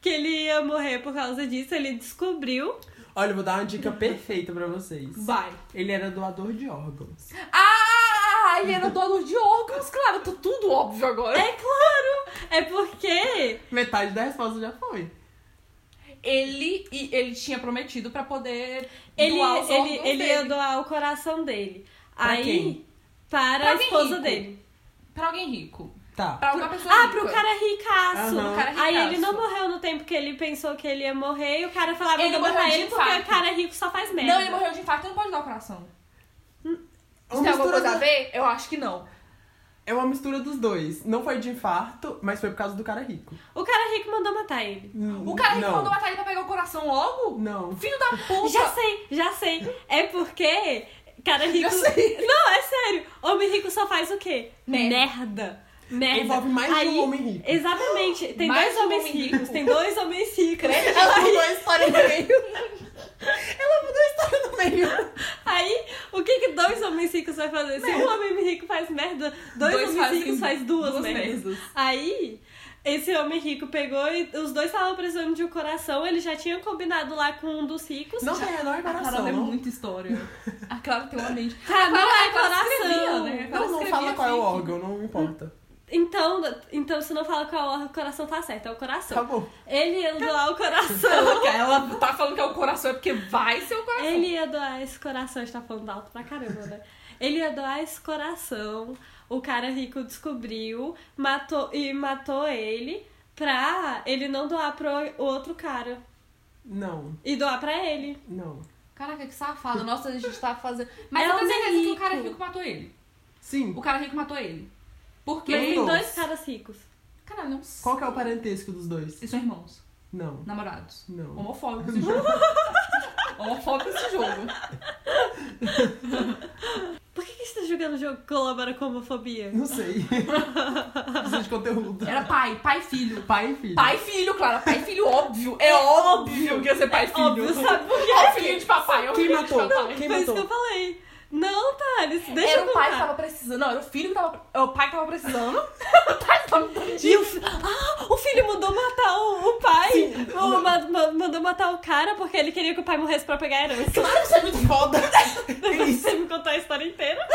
C: que ele ia morrer por causa disso, ele descobriu.
B: Olha, eu vou dar uma dica perfeita pra vocês.
A: Vai.
B: Ele era doador de órgãos.
A: Ah, ele era o dono de órgãos, claro. Tô tudo óbvio agora.
C: É claro! É porque
B: Metade da resposta já foi.
A: Ele, e ele tinha prometido pra poder.
C: ele,
A: doar os
C: ele,
A: órgãos
C: ele ia
A: dele
C: doar o coração dele.
B: Pra
C: Aí,
B: quem?
C: para
A: Pra
C: a
A: quem
C: esposa
A: rico?
C: dele.
A: Pra alguém rico.
B: Tá.
A: Pra uma pessoa
C: Ah,
A: rica.
C: pro cara ricaço.
B: Aham. Pro
A: cara
C: Aí ele
A: ricaço.
C: não morreu no tempo que ele pensou que ele ia morrer. E o cara falava,
A: Ele
C: eu vou
A: morreu
C: matar
A: de
C: ele porque o
A: infarto.
C: cara rico só faz merda.
A: Não, ele morreu de infarto, não pode dar o coração.
B: Uma
A: tem alguma
B: mistura
A: coisa a
B: do-
A: ver? Eu acho que não.
B: É uma mistura dos dois. Não foi de infarto, mas foi por causa do cara rico.
C: O cara rico mandou matar ele.
A: O cara que
B: não.
A: mandou matar ele pra pegar o coração logo?
B: Não.
A: Filho da puta!
C: Já sei, já sei. É porque cara rico.
B: Já sei.
C: Não, é sério. Homem rico só faz o quê?
A: Merda.
C: Merda.
B: Envolve mais de um
C: Aí-
B: homem rico.
C: Exatamente. Tem
A: Mais
C: dois
A: de um
C: homens
A: homem
C: ricos.
A: rico.
C: Tem dois homens ricos.
B: Ela mudou a história no meio. Ela mudou a história no meio.
C: Aí, o que que dois homens ricos vai fazer? Se um homem rico faz merda, dois,
A: Dois
C: homens
A: fazem
C: ricos faz duas,
A: duas
C: merdas.
A: merdas.
C: Aí, esse homem rico pegou e os dois estavam precisando de um coração. Ele já tinha combinado lá com um dos ricos.
B: Não tem a menor
A: A é Clara
B: coração.
A: lê
B: não.
A: muita história. A Clara tem uma mente.
C: Tá, não é
A: a Clara escrevia,
C: coração.
A: né? A Clara
B: Não, não
A: escrevia
B: fala qual é o
A: fic.
B: órgão, não importa.
C: Então, então, se não fala qual é o coração, tá certo. É o coração.
B: Tá bom.
C: Ele ia doar o coração.
A: [LAUGHS] Ela, ela tá falando que é o coração, é porque vai ser o coração.
C: Ele ia doar esse coração. A gente tá falando alto pra caramba, né? Ele ia doar esse coração. O cara rico descobriu matou e matou ele pra ele não doar pro o outro cara.
B: Não,
C: E doar pra ele.
B: não.
A: Caraca, que safado. Nossa, a gente tá fazendo. Mas
C: É
A: eu tenho
C: homem
A: certeza que o cara
C: rico.
A: rico matou ele.
B: Sim.
A: O cara rico matou ele. Por
C: Mas
A: quê?
B: Quem?
C: tem dois caras ricos.
A: Caralho, não sei.
B: Qual que é o parentesco dos dois?
A: Eles são irmãos,
B: Não,
A: namorados.
B: não.
A: Homofóbico esse [LAUGHS] jogo. Homofóbico esse jogo.
C: Por que, que esse jogando jogo que colabora com a homofobia?
A: [LAUGHS]
B: Não sei. Precisa de conteúdo.
A: Era pai, pai e filho.
B: pai e filho.
A: Pai e filho, Clara. Pai e filho, óbvio. É óbvio que ia ser pai e
C: É
A: filho.
C: óbvio, sabe por quê?
A: É o filho de papai. É o
B: Quem
A: filho
B: matou?
A: de papai.
B: Quem
C: Foi isso que
B: matou?
C: eu falei. Não, Thales, deixa
A: era
C: eu
A: o pai que
C: contar.
A: tava precisando. Não, era o filho que tava. É o pai que tava [LAUGHS] precisando. o pai que tava dando
C: E o, fi- ah, o filho mandou matar o, o pai. O- ma- ma- mandou matar o cara porque ele queria que o pai morresse pra pegar a herança.
B: Claro, isso é muito foda.
C: [LAUGHS] Você me contou a história inteira.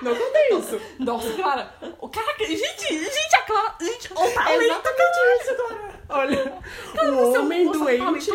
B: Não contei isso.
A: Nossa, Clara. O caraca, gente, gente, a Clara. Gente, o
B: É
A: talento.
B: exatamente isso, Clara. Olha, o
A: você é um
B: homem
A: moço
B: doente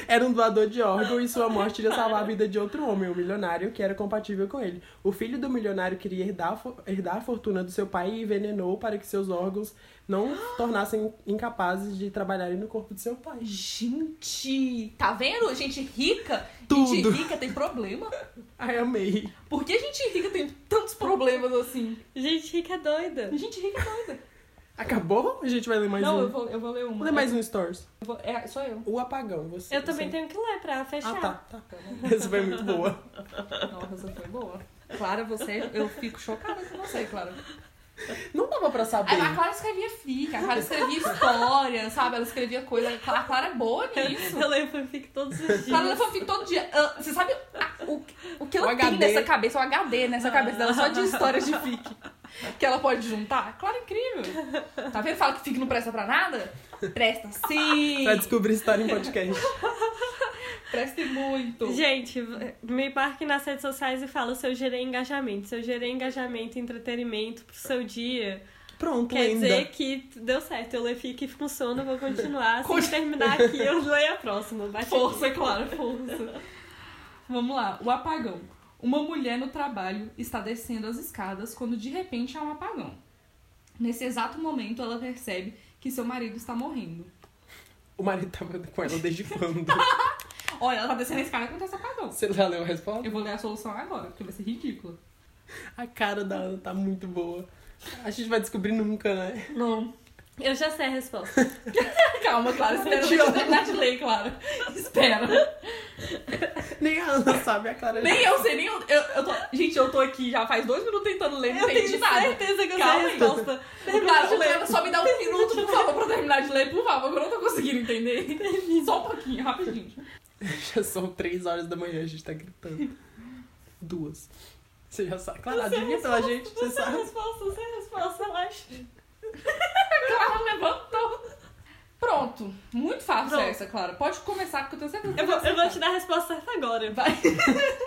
B: [LAUGHS] era um doador de órgão e sua morte iria salvar a vida de outro homem, um milionário, que era compatível com ele. O filho do milionário queria herdar, a fo- herdar a fortuna do seu pai e envenenou para que seus órgãos não tornassem incapazes de trabalharem no corpo do seu pai.
A: Gente, tá vendo? Gente rica. Gente
B: Tudo.
A: rica tem problema.
B: Ai, amei.
A: Por que gente rica tem tantos problemas assim?
C: Gente rica é doida.
A: Gente rica é doida.
B: Acabou? A gente vai ler mais
A: Não,
B: um.
A: eu vou, eu vou ler uma.
B: Lê mais um Stories.
A: Eu vou- é, sou eu.
B: O apagão, você.
C: Eu também
B: você...
C: tenho que ler pra fechar.
B: Ah, tá, tá. Essa foi muito boa.
A: Nossa, essa foi boa. Clara, você. Eu fico chocada com você, Clara.
B: Não dava pra saber.
A: É, A Clara escrevia fic, a Clara escrevia história, sabe? Ela escrevia coisa. A Clara é boa nisso.
C: Eu leio fanfic todos os
A: Ela lê
C: dias.
A: fanfic todo dia. Ah, Você sabe a- o, o que
B: O
A: ela tem
B: HD.
A: nessa cabeça, o HD nessa cabeça dela, só de histórias de fic. Que ela pode juntar? Claro, incrível. Tá vendo? Fala que fic não presta pra nada? Presta sim!
B: Pra descobrir história em [LAUGHS] podcast.
A: Presta e muito.
C: Gente, v- me marque nas redes sociais e fala se eu gerei engajamento. Se eu gerei engajamento e entretenimento pro seu dia,
B: Pronto,
C: quer
B: ainda.
C: dizer que deu certo. Eu leio fique com sono, vou continuar.
A: Con-
C: Se terminar aqui, eu leio a próxima. Bate aqui.
A: Força, Clara, força. Vamos lá, o apagão. Uma mulher no trabalho está descendo as escadas quando de repente há um apagão. Nesse exato momento, ela percebe que seu marido está morrendo.
B: O marido tava com ela desde quando? [LAUGHS]
A: Olha, ela tá descendo a escada e acontece apagão.
B: Você já leu a resposta?
A: Eu vou ler a solução agora, porque vai ser ridícula.
B: A cara da Ana tá muito boa. A gente vai descobrir nunca, né?
A: Não.
C: Eu já sei a resposta.
A: [LAUGHS] Calma, Clara, espera.
B: Te
A: Deixa eu
B: amo.
A: terminar de ler, Clara. Espera.
B: Nem a Ana sabe a cara
A: Nem eu sei, nem eu. eu, eu tô... Gente, eu tô aqui já faz dois minutos tentando ler, não
C: Eu tenho
A: entendi nada.
C: certeza que eu sei
A: Calma
C: a
A: aí.
C: resposta. Termina
A: Clara,
C: de ler.
A: Clara, só me dá um minuto, por favor, pra eu terminar de ler, por favor, que eu não tô conseguindo entender. Só um pouquinho, rapidinho.
B: Já são três horas da manhã, a gente tá gritando. Duas. Você já sabe. Claro, adivinha pela gente, você
C: Você
B: sabe.
C: resposta, sem resposta, eu acho.
A: Clara levantou. Pronto. Muito fácil
C: Pronto.
A: essa, Clara. Pode começar, porque eu tenho certeza que
C: Eu vou,
A: você
C: eu vou te dar a resposta certa agora.
A: vai.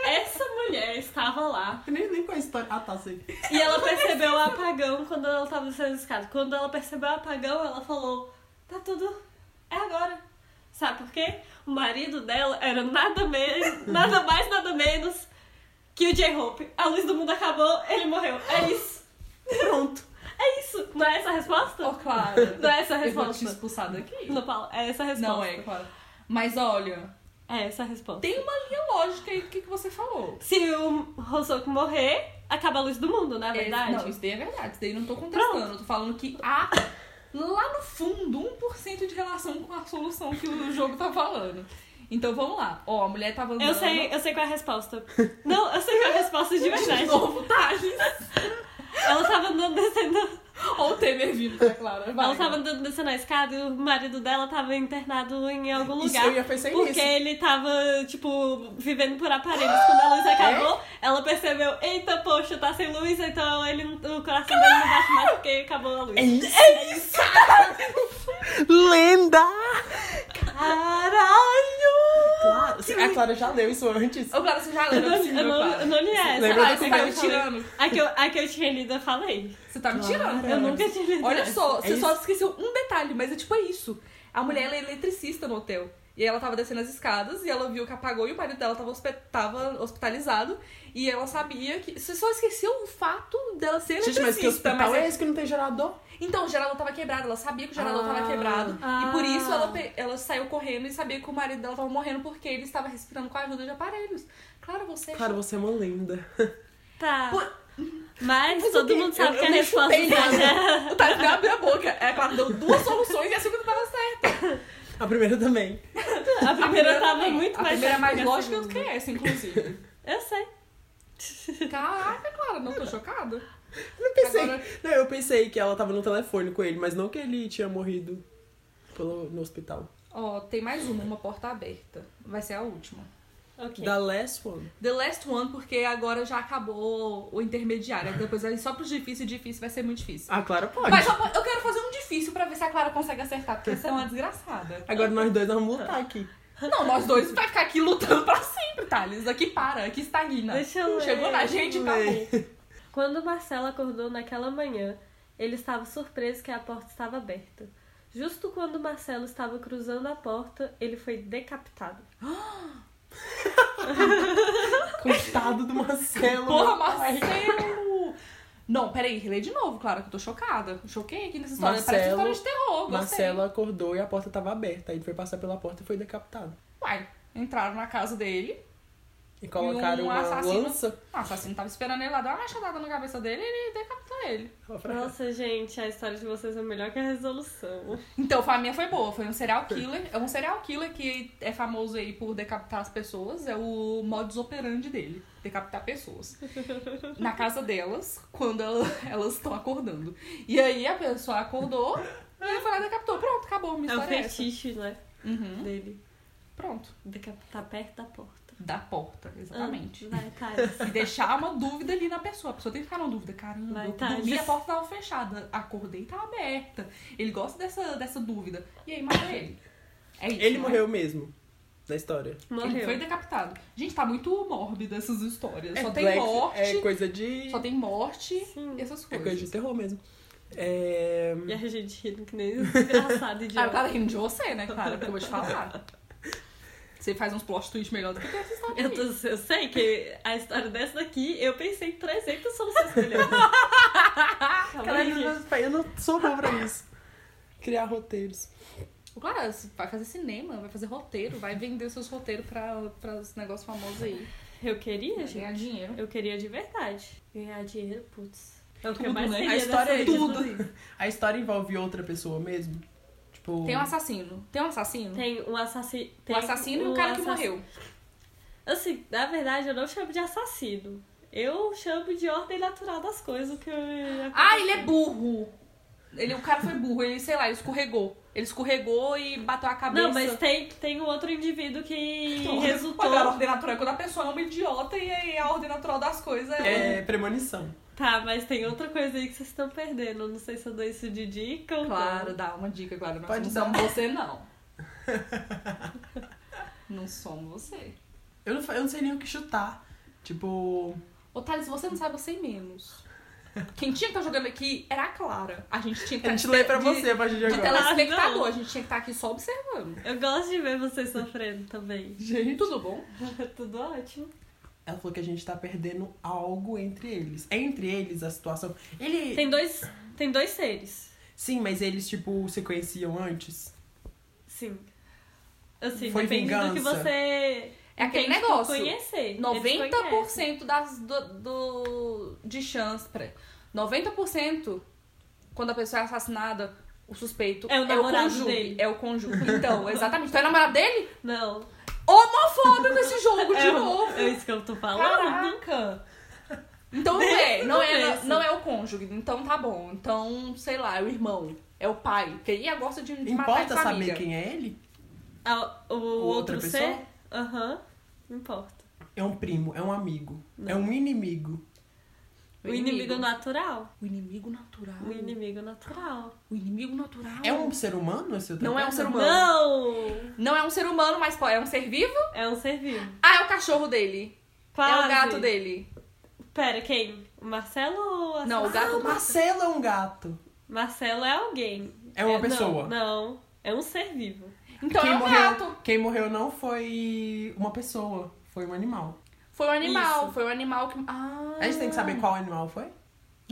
C: Essa mulher estava lá
B: Nem, nem com a história. Ah, tá, sei.
C: e ela percebeu o apagão quando ela estava sendo escada. Quando ela percebeu o apagão, ela falou: Tá tudo. É agora. Sabe por quê? O marido dela era nada menos, nada mais, nada menos que o J-Hope. A luz do mundo acabou, ele morreu. É isso.
B: Pronto.
C: É isso. Não é essa a resposta?
A: Ô, Clara.
C: Não é essa a
A: Eu vou te
C: resposta.
A: expulsar daqui.
C: Não, Paula, é essa a resposta.
A: Não é, Clara. Mas olha,
C: É essa a resposta.
A: tem uma linha lógica aí do que, que você falou.
C: Se o Hosoku morrer, acaba a luz do mundo, não é verdade?
A: É, não, isso daí é verdade. Isso daí eu não tô contestando. Eu tô falando que há, lá no fundo, 1% de relação com a solução que o jogo tá falando. Então vamos lá. Ó, a mulher tá tava andando.
C: Eu sei, eu sei qual é a resposta. Não, eu sei qual é a
A: [LAUGHS]
C: resposta de
A: De
C: verdade.
A: novo, Thales.
C: Ela tava andando descendo.
A: Ó o Temer vindo, tá claro. Vai,
C: Ela tava andando descendo a escada e o marido dela tava internado em algum
B: Isso
C: lugar.
B: eu ia pensar
C: Porque
B: nisso.
C: ele tava, tipo, vivendo por aparelhos. Quando a luz
A: É?
C: acabou, ela percebeu, eita, poxa, tá sem luz, então ele, o coração dele não bate mais porque acabou a luz.
A: É.
B: Lenda!
C: Caralho!
B: Claro. A Clara já leu isso antes.
A: Ô, Clara, você já leu,
C: Eu
A: não é
C: não,
A: possível,
C: eu não, eu
A: Clara.
C: não li essa.
B: Lembra
C: Ah,
A: Ai,
B: dessa
A: você
C: essa
A: tá
C: eu
A: me
C: falei.
A: tirando.
C: A que, eu, a que eu tinha lido, eu falei.
A: Você tá me
B: Clara.
A: tirando.
C: Eu nunca tinha lido.
A: Olha
C: essa.
A: só,
B: É
A: você só
B: isso.
A: esqueceu um detalhe, mas é tipo isso. A mulher ela é eletricista no hotel. E aí ela tava descendo as escadas e ela viu que apagou e o marido dela tava, hospe- tava hospitalizado. E ela sabia que. Você só esqueceu o fato dela ser
B: Gente,
A: eletricista.
B: mas que hospital
A: mas é-
B: é esse que não tem gerador?
A: Então, o gerador tava quebrado, ela sabia que o gerador
B: Ah.
A: tava quebrado. E por isso
C: Ah.
A: ela, pe- ela saiu correndo e sabia que o marido dela tava morrendo porque ele estava respirando com a ajuda de aparelhos. Claro, você é
B: Claro, você é uma lenda.
C: Tá.
A: Pô-
C: Mas
A: Mas
C: todo
A: eu
C: mundo
A: tenho-
C: sabe
A: eu-
C: que
A: eu
C: a
A: nem
C: resposta é
A: chutei
C: certa
A: O Tarek não abriu a boca. É claro, deu duas soluções e a segunda tava certa.
B: A primeira também.
C: é. A primeira tava muito
A: A primeira é
C: mais certa
A: mais
C: que a
A: lógica do
C: segunda.
A: que essa, inclusive.
C: Eu sei. [LAUGHS]
A: Caraca, Clara, não tô chocada.
B: Não pensei.
A: Agora-
B: Não, eu pensei que ela tava no telefone com ele, mas não que ele tinha morrido pelo, no hospital.
A: Ó, tem mais uma, uma porta aberta. Vai ser a última.
C: Ok.
B: Da last one.
A: The last one, porque agora já acabou o intermediário. Aí Depois aí só pro difícil, difícil vai ser muito difícil.
B: Ah, Clara pode.
A: Mas só po- eu quero fazer um difícil pra ver se a Clara consegue acertar, porque essa é uma desgraçada.
B: Agora nós dois vamos
A: Ah.
B: lutar aqui.
A: Não, nós dois vai ficar aqui lutando pra sempre, Thales. Aqui para, aqui estagna.
C: Deixa eu ler,
A: Chegou na gente, tá
B: deixa eu
A: acabou.
C: [LAUGHS] Quando Marcelo acordou naquela manhã, ele estava surpreso que a porta estava aberta. Justo quando Marcelo estava cruzando a porta, ele
A: [LAUGHS]
C: foi decapitado.
B: Coitado do Marcelo.
A: Porra,
B: meu pai.
A: Marcelo! Não, peraí, lê de novo, Clara, que eu tô chocada. Choquei aqui nessa história. Parece
B: Marcelo-
A: história de terror, gostei.
B: Marcelo acordou e a porta tava aberta. Aí ele foi passar pela porta e foi decapitado.
A: Uai, entraram na casa dele.
B: E
A: um
B: colocaram uma
A: assassino.
B: lança.
A: O assassino assim, tava esperando ele lá, deu uma machadada na cabeça dele e ele decapitou ele.
B: Ela falou,
C: Nossa, gente, a história de vocês é melhor que a resolução.
A: Então, a minha foi boa, foi um serial killer. É um serial killer que é famoso aí por decapitar as pessoas, é o modus operandi dele, decapitar
C: [LAUGHS]
A: pessoas. Na casa delas, quando ela- elas estão acordando. E aí a pessoa acordou e ele foi lá e decapitou. Pronto, acabou, minha
C: É o
A: história é essa.
C: fetiche, né?
A: Uhum,
C: Dele.
A: pronto,
C: Decapitar perto da porta.
A: da porta, exatamente.
C: Ah, Vai,
A: [LAUGHS]
C: Thales.
A: E deixar uma dúvida ali na pessoa. A pessoa tem que ficar na dúvida. Caramba,
C: Vai,
A: eu
C: tá,
A: dormi,
C: já-
A: a porta tava fechada. Acordei, tava aberta. Ele gosta dessa, dessa dúvida. E aí, matou ele. É isso,
B: Ele
A: né?
B: morreu mesmo. Da história.
A: Ele foi
C: Morreu.
A: decapitado. Gente, tá muito mórbida essas histórias. só,
B: É
A: tem
B: black-
A: morte,
B: É coisa de.
A: só tem morte.
C: Sim.
A: e essas
B: É coisa de
A: coisas.
B: terror mesmo. É...
C: E a gente rindo que nem [LAUGHS] desgraçado
A: Ah, eu
C: idiota.
A: tava rindo de você, né, cara? Porque eu vou te
B: [LAUGHS]
A: falar. Você faz uns plot twist melhor do que essa história.
C: Eu, tô- eu sei que a história dessa daqui, eu pensei em 300
A: [LAUGHS]
C: soluções melhores. Calma aí,
B: Caralho,
C: gente.
B: eu não- eu não sou bom pra isso. Criar roteiros.
A: O Clara você vai fazer cinema, vai fazer roteiro, vai vender seus roteiros pra, pra os negócios famosos aí.
C: Eu queria,
A: Vai
C: gente.
A: ganhar dinheiro.
C: Eu queria de verdade. Ganhar dinheiro, putz. É o que
A: Tudo,
C: eu mais
A: né?
C: queria
B: A história
C: nessa
B: é
C: vida.
B: tudo. A história envolve outra pessoa mesmo? Tipo.
A: Tem um assassino. Tem um assassino?
C: Tem um assassino.
A: o assassino e o cara que morreu.
C: Assim, na verdade, eu não chamo de assassino. Eu chamo de ordem natural das coisas que eu.
A: Ah, ele é burro. Ele, o cara foi burro, ele, sei lá, ele escorregou. Ele escorregou e bateu a cabeça.
C: Não, mas tem, tem um outro indivíduo que
A: Então,
C: resultou.
A: mas A ordem natural é quando a pessoa é uma idiota e aí a ordem natural das coisas é.
B: É premonição.
C: Tá, mas tem outra coisa aí que vocês estão perdendo. Não sei se eu dou isso de dica ou
A: Claro, dá uma dica, claro. Nós
B: Pode
A: não somos um você,
C: [LAUGHS]
A: não. não somos você.
B: Eu não, fa- eu não sei nem o que chutar. Tipo.
A: Ô, Thales, você não sabe, eu sei menos. Quem tinha que estar jogando aqui era a Clara. A gente tinha que
B: A gente
A: estar
B: lê pra
A: de-
B: você a partir de
A: De
B: agora.
A: telespectador,
C: Ah, não.
A: a gente tinha que estar aqui só observando.
C: não. Eu gosto de ver vocês sofrendo também.
B: Gente.
A: Tá Tudo bom?
C: Tudo ótimo.
B: Ela falou que a gente tá perdendo algo entre eles. Entre eles, a situação. Ele.
C: Tem dois, tem dois seres.
B: Sim, mas eles, tipo, se conheciam antes.
C: Sim. Assim,
B: Foi
C: depende do que
B: vingança.
C: você.
A: É aquele
C: entende por
A: negócio.
C: Conhecer.
A: 90% das do, do- de chance, peraí. 90% quando a pessoa é assassinada, o suspeito
C: É o namorado
A: cônjuge,
C: dele.
A: é o cônjuge. Então, exatamente. Então é namorado dele?
C: Não.
A: Homofóbico esse jogo de
C: é,
A: novo.
C: É isso que eu tô falando.
A: Caraca. Então não é, não é,
C: Pensa.
A: não é o cônjuge. Então tá bom. Então, sei lá, é o irmão, é o pai. Porque aí gosta de, de matar
B: Importa
A: de
B: saber
A: família.
B: quem é ele?
C: A- o outro
B: outra
C: ser?
B: pessoa?
C: Aham. Não importa.
B: É um primo, é um amigo,
C: Não.
B: é um inimigo.
C: O inimigo natural.
A: O inimigo natural.
C: O inimigo natural.
A: O inimigo natural.
B: É um ser humano esse outro
A: Não é um
B: cara?
A: ser humano.
C: Não!
A: Não é um ser humano, mas pô, é um ser vivo?
C: É um ser vivo.
A: Ah, é o cachorro dele. É
C: Quase.
A: o gato dele.
C: Pera, quem? O Marcelo ou a
A: Não, o gato.
B: Ah, o Marcelo é um gato.
C: Marcelo é alguém.
B: É uma pessoa.
C: Não, não. É um ser vivo.
A: Então é um
B: morreu,
A: gato.
B: Quem morreu não foi uma pessoa, foi um animal.
A: Foi um animal.
C: Isso.
A: Foi um animal que. Ah.
B: A gente tem que saber qual animal foi?
A: É